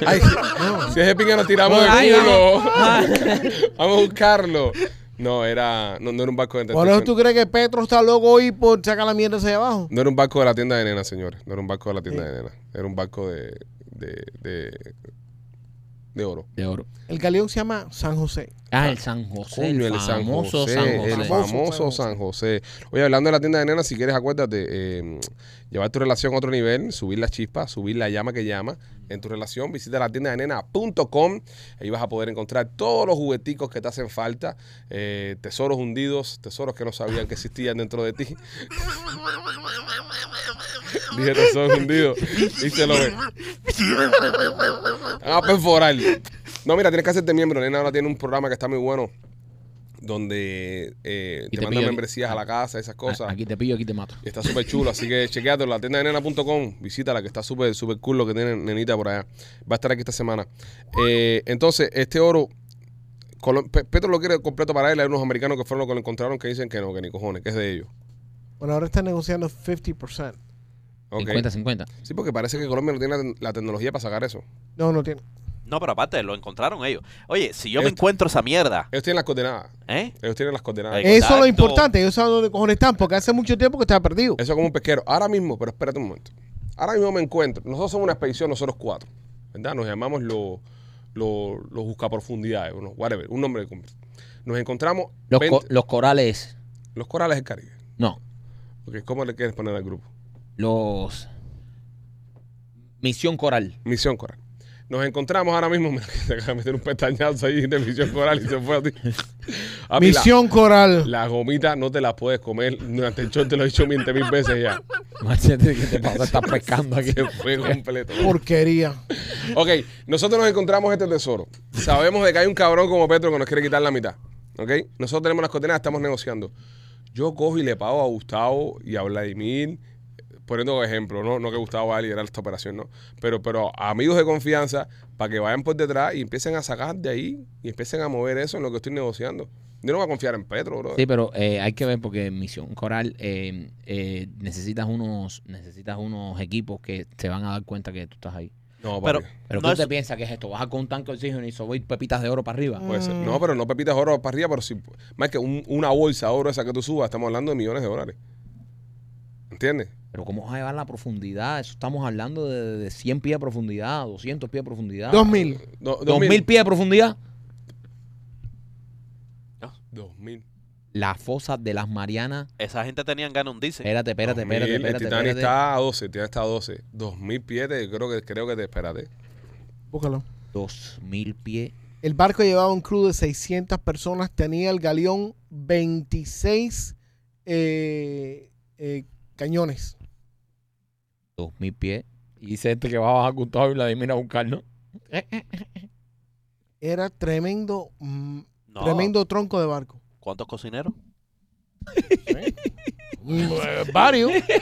Ay,
Ah.
si es de pinga nos tiramos de
Ay,
culo. Vamos a buscarlo. No, era, no, no era un barco de
Por eso
entretenimiento.
tú crees que Petro está loco hoy por sacar la mierda hacia abajo.
No era un barco de la tienda de nena, señores. No era un barco de la tienda de nena. Era un barco de, de, de, de oro.
De oro.
El galeón se llama San José.
Ah, el San José.
Coño,
el famoso
San José, El famoso San José. Oye, hablando de la tienda de nena, si quieres, acuérdate, eh, llevar tu relación a otro nivel, subir la chispa, subir la llama que llama en tu relación. Visita la tienda de nena.com. Ahí vas a poder encontrar todos los jugueticos que te hacen falta, eh, tesoros hundidos, tesoros que no sabían que existían dentro de ti. Dije tesoros hundidos. Y se lo ve. Ah, perforar. No, mira, tienes que hacerte miembro. Nena ahora tiene un programa que está muy bueno. Donde eh, te,
Y te
mandan
pillo aquí.
membresías a la casa, esas cosas.
Aquí te pillo, aquí te mato.
Y está súper chulo, así que chequeate la tienda de nena.com, visítala que está súper, súper cool lo que tiene nenita por allá. Va a estar aquí esta semana. Eh, entonces, este oro, Colo- Pe- Petro lo quiere completo para él, hay unos americanos que fueron los que lo encontraron que dicen que no, que ni cojones, que es de ellos.
Bueno, ahora está negociando 50%.
Ok.
50-50.
Sí, porque parece que Colombia no tiene la, tec- la tecnología para sacar eso.
No, no tiene.
No, pero aparte, lo encontraron ellos. Oye, si yo me
Esto-
encuentro esa mierda,
Ellos tienen las coordenadas,
¿eh?
ellos tienen las coordenadas.
Ahí.
Eso es
Exacto.
lo importante. Ellos saben dónde cojones están porque hace mucho tiempo que está perdido.
Eso es como un pesquero. Ahora mismo, pero espérate un momento. Ahora mismo me encuentro. Nosotros somos una expedición, nosotros cuatro. ¿Verdad? Nos llamamos los lo, los buscaprofundidades, unos whatever, un nombre. de- Nos encontramos
Los, co-
20
los corales.
los corales del Caribe.
No.
Porque ¿Cómo le quieres poner al grupo?
Los. Misión Coral.
Misión Coral. Nos encontramos ahora mismo. Mira, que te acaba de meter un pestañazo ahí de Misión Coral y se fue a ti. A mí la-
Misión Coral.
Las gomitas no te las puedes comer. Durante el show te lo he dicho 20 mil veces ya.
Machete, ¿qué te pasa? Estás pescando aquí.
Se fue completo.
Porquería.
Ok, nosotros nos encontramos este tesoro. Sabemos de que hay un cabrón como Petro que nos quiere quitar la mitad. Ok, nosotros tenemos las coordenadas, estamos negociando. Yo cojo y le pago a Gustavo y a Vladimir, poniendo como ejemplo, no, no que Gustavo va a liderar esta operación, no. Pero, pero a amigos de confianza para que vayan por detrás y empiecen a sacar de ahí y empiecen a mover eso en lo que estoy negociando. Yo no voy a confiar en Petro, bro.
Sí, pero eh, hay que ver porque en Misión Coral eh, eh, necesitas unos necesitas unos equipos que te van a dar cuenta que tú estás ahí.
No, papi.
Pero,
Pero
no
¿qué
es-
te piensas que es esto? ¿Vas con un tanque de oxígeno y subir pepitas de oro para arriba?
Puede ser. No, pero no pepitas de oro para arriba, pero sí. Más que un- una bolsa de oro esa que tú subas, estamos hablando de millones de dólares. ¿Entiendes?
Pero ¿cómo vas a llevar la profundidad? Eso estamos hablando de, de 100 pies de profundidad, 200 pies de profundidad.
2000.
Do- dos
2000 pies de profundidad.
2000.
Las fosas de las Marianas.
esa gente tenían ganas un dice.
Espérate, espérate,
2000,
espérate,
El
espérate.
Titanic
espérate.
está a 12, el Titanic está a 12. 2000 pies, de- creo que creo que te espérate.
Búscalo.
2000 pies.
El barco llevaba un crew de 600 personas. Tenía el galeón 26 eh, eh, cañones.
2000 pies.
Y dice este que va a bajar Gustavo y Vladimir a buscarlo.
Era tremendo, mm,
No.
tremendo tronco de barco.
¿Cuántos cocineros?
Mm, eh, Varios. ¿Qué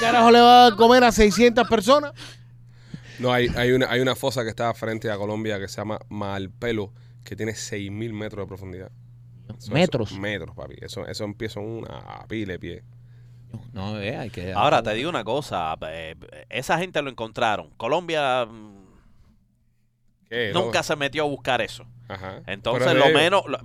carajo le va a comer a 600 personas?
No, hay, hay, una, hay una fosa que está frente a Colombia que se llama Malpelo, que tiene 6.000 metros de profundidad. Eso-
Metros.
eso- metros, papi. Eso, eso empieza en una pila de pie.
No, eh, hay que.
Ahora te digo una cosa, eh, esa gente lo encontraron. Colombia mm,
¿Qué, no?
nunca se metió a buscar eso.
Ajá.
Entonces,
Pero
lo
te digo,
menos, lo,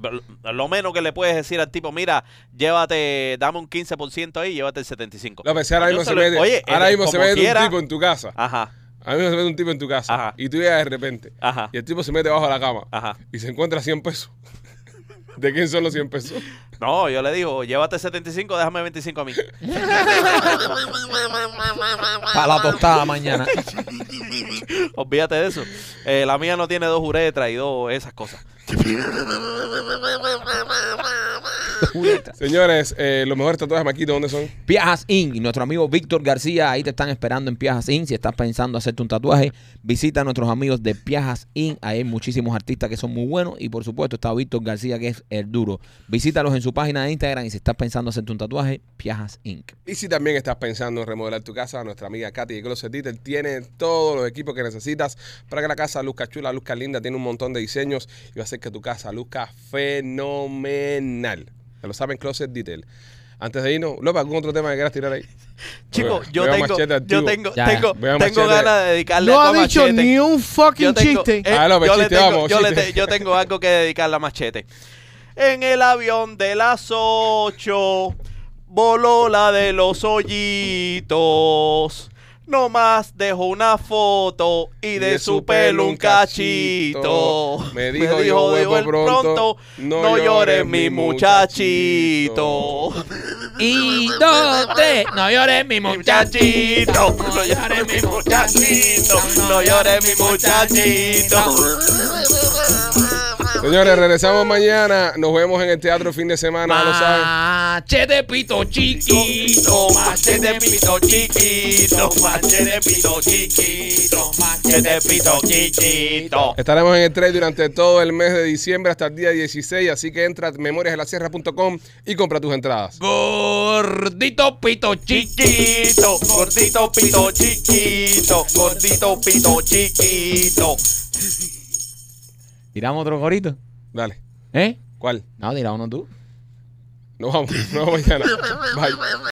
lo menos que le puedes decir al tipo, mira, llévate, dame un 15% ahí, llévate el 75%.
No, pero si ahora
Yo
mismo se
lo-
mete,
oye,
ahora
eh,
mismo se
como
mete
quiera-
un tipo en tu casa.
Ajá,
Ahora mismo se mete un tipo en tu casa.
Ajá. Ah.
Y tú llegas de repente.
ajá,
Y el tipo se mete bajo la cama.
ajá.
Y se encuentra 100 pesos. ¿De quién son los 100 pesos?
No, yo le digo, llévate 75, déjame 25 a mí.
Para la tostada mañana.
Olvídate de eso. Eh, la mía no tiene dos uretras y dos esas cosas.
Señores, eh, los mejores tatuajes, Maquito, ¿dónde son?
Piajas Inc. Y nuestro amigo Víctor García, ahí te están esperando en Piajas Inc. Si estás pensando hacerte un tatuaje, visita a nuestros amigos de Piajas Inc. Ahí hay muchísimos artistas que son muy buenos. Y por supuesto está Víctor García, que es el duro. Visítalos en su página de Instagram. Y si estás pensando hacerte un tatuaje, Piajas Inc.
Y si también estás pensando en remodelar tu casa, nuestra amiga Katy de Closet Detail tiene todos los equipos que necesitas para que la casa luzca chula, luzca linda, tiene un montón de diseños y va a hacer que tu casa luzca fenomenal. Ya lo saben, Closet Detail. Antes de irnos, López, ¿algún otro tema que quieras tirar ahí?
Chicos,
Veo-
yo
veo
tengo,
machete
yo
antiguo.
tengo,
Ya,
tengo,
veo
tengo
machete.
ganas de dedicarle
No
algo
ha
a
dicho
Machete.
ni un fucking
yo tengo,
chiste.
eh,
Ah, no, pero
yo, le
chiste,
tengo,
vamos,
yo le
chiste.
te- yo tengo algo que dedicarle a Machete. En el avión de las ocho voló la de los hoyitos. Nomás dejó una foto y de, su pelo un cachito.
Me dijo, yo vuelvo
el
pronto,
No, llores, mi muchachito.
Y dónde no llores, mi
Muchachito, no llores mi muchachito, no llores mi muchachito.
Señores, regresamos mañana. Nos vemos en el teatro fin de semana, ya lo saben.
Machete pito chiquito,
Machete pito chiquito, machete pito chiquito, machete pito chiquito.
Estaremos en el trade durante todo el mes de diciembre hasta el día 16, así que entra a memoriasdelasierra.com y compra tus entradas.
gordito pito
Chiquito, gordito pito chiquito, gordito pito chiquito.
¿Tiramos otro gorito?
Dale.
¿Eh?
¿Cuál?
No, tira uno tú.
Nos vamos. Nos vemos mañana. Bye.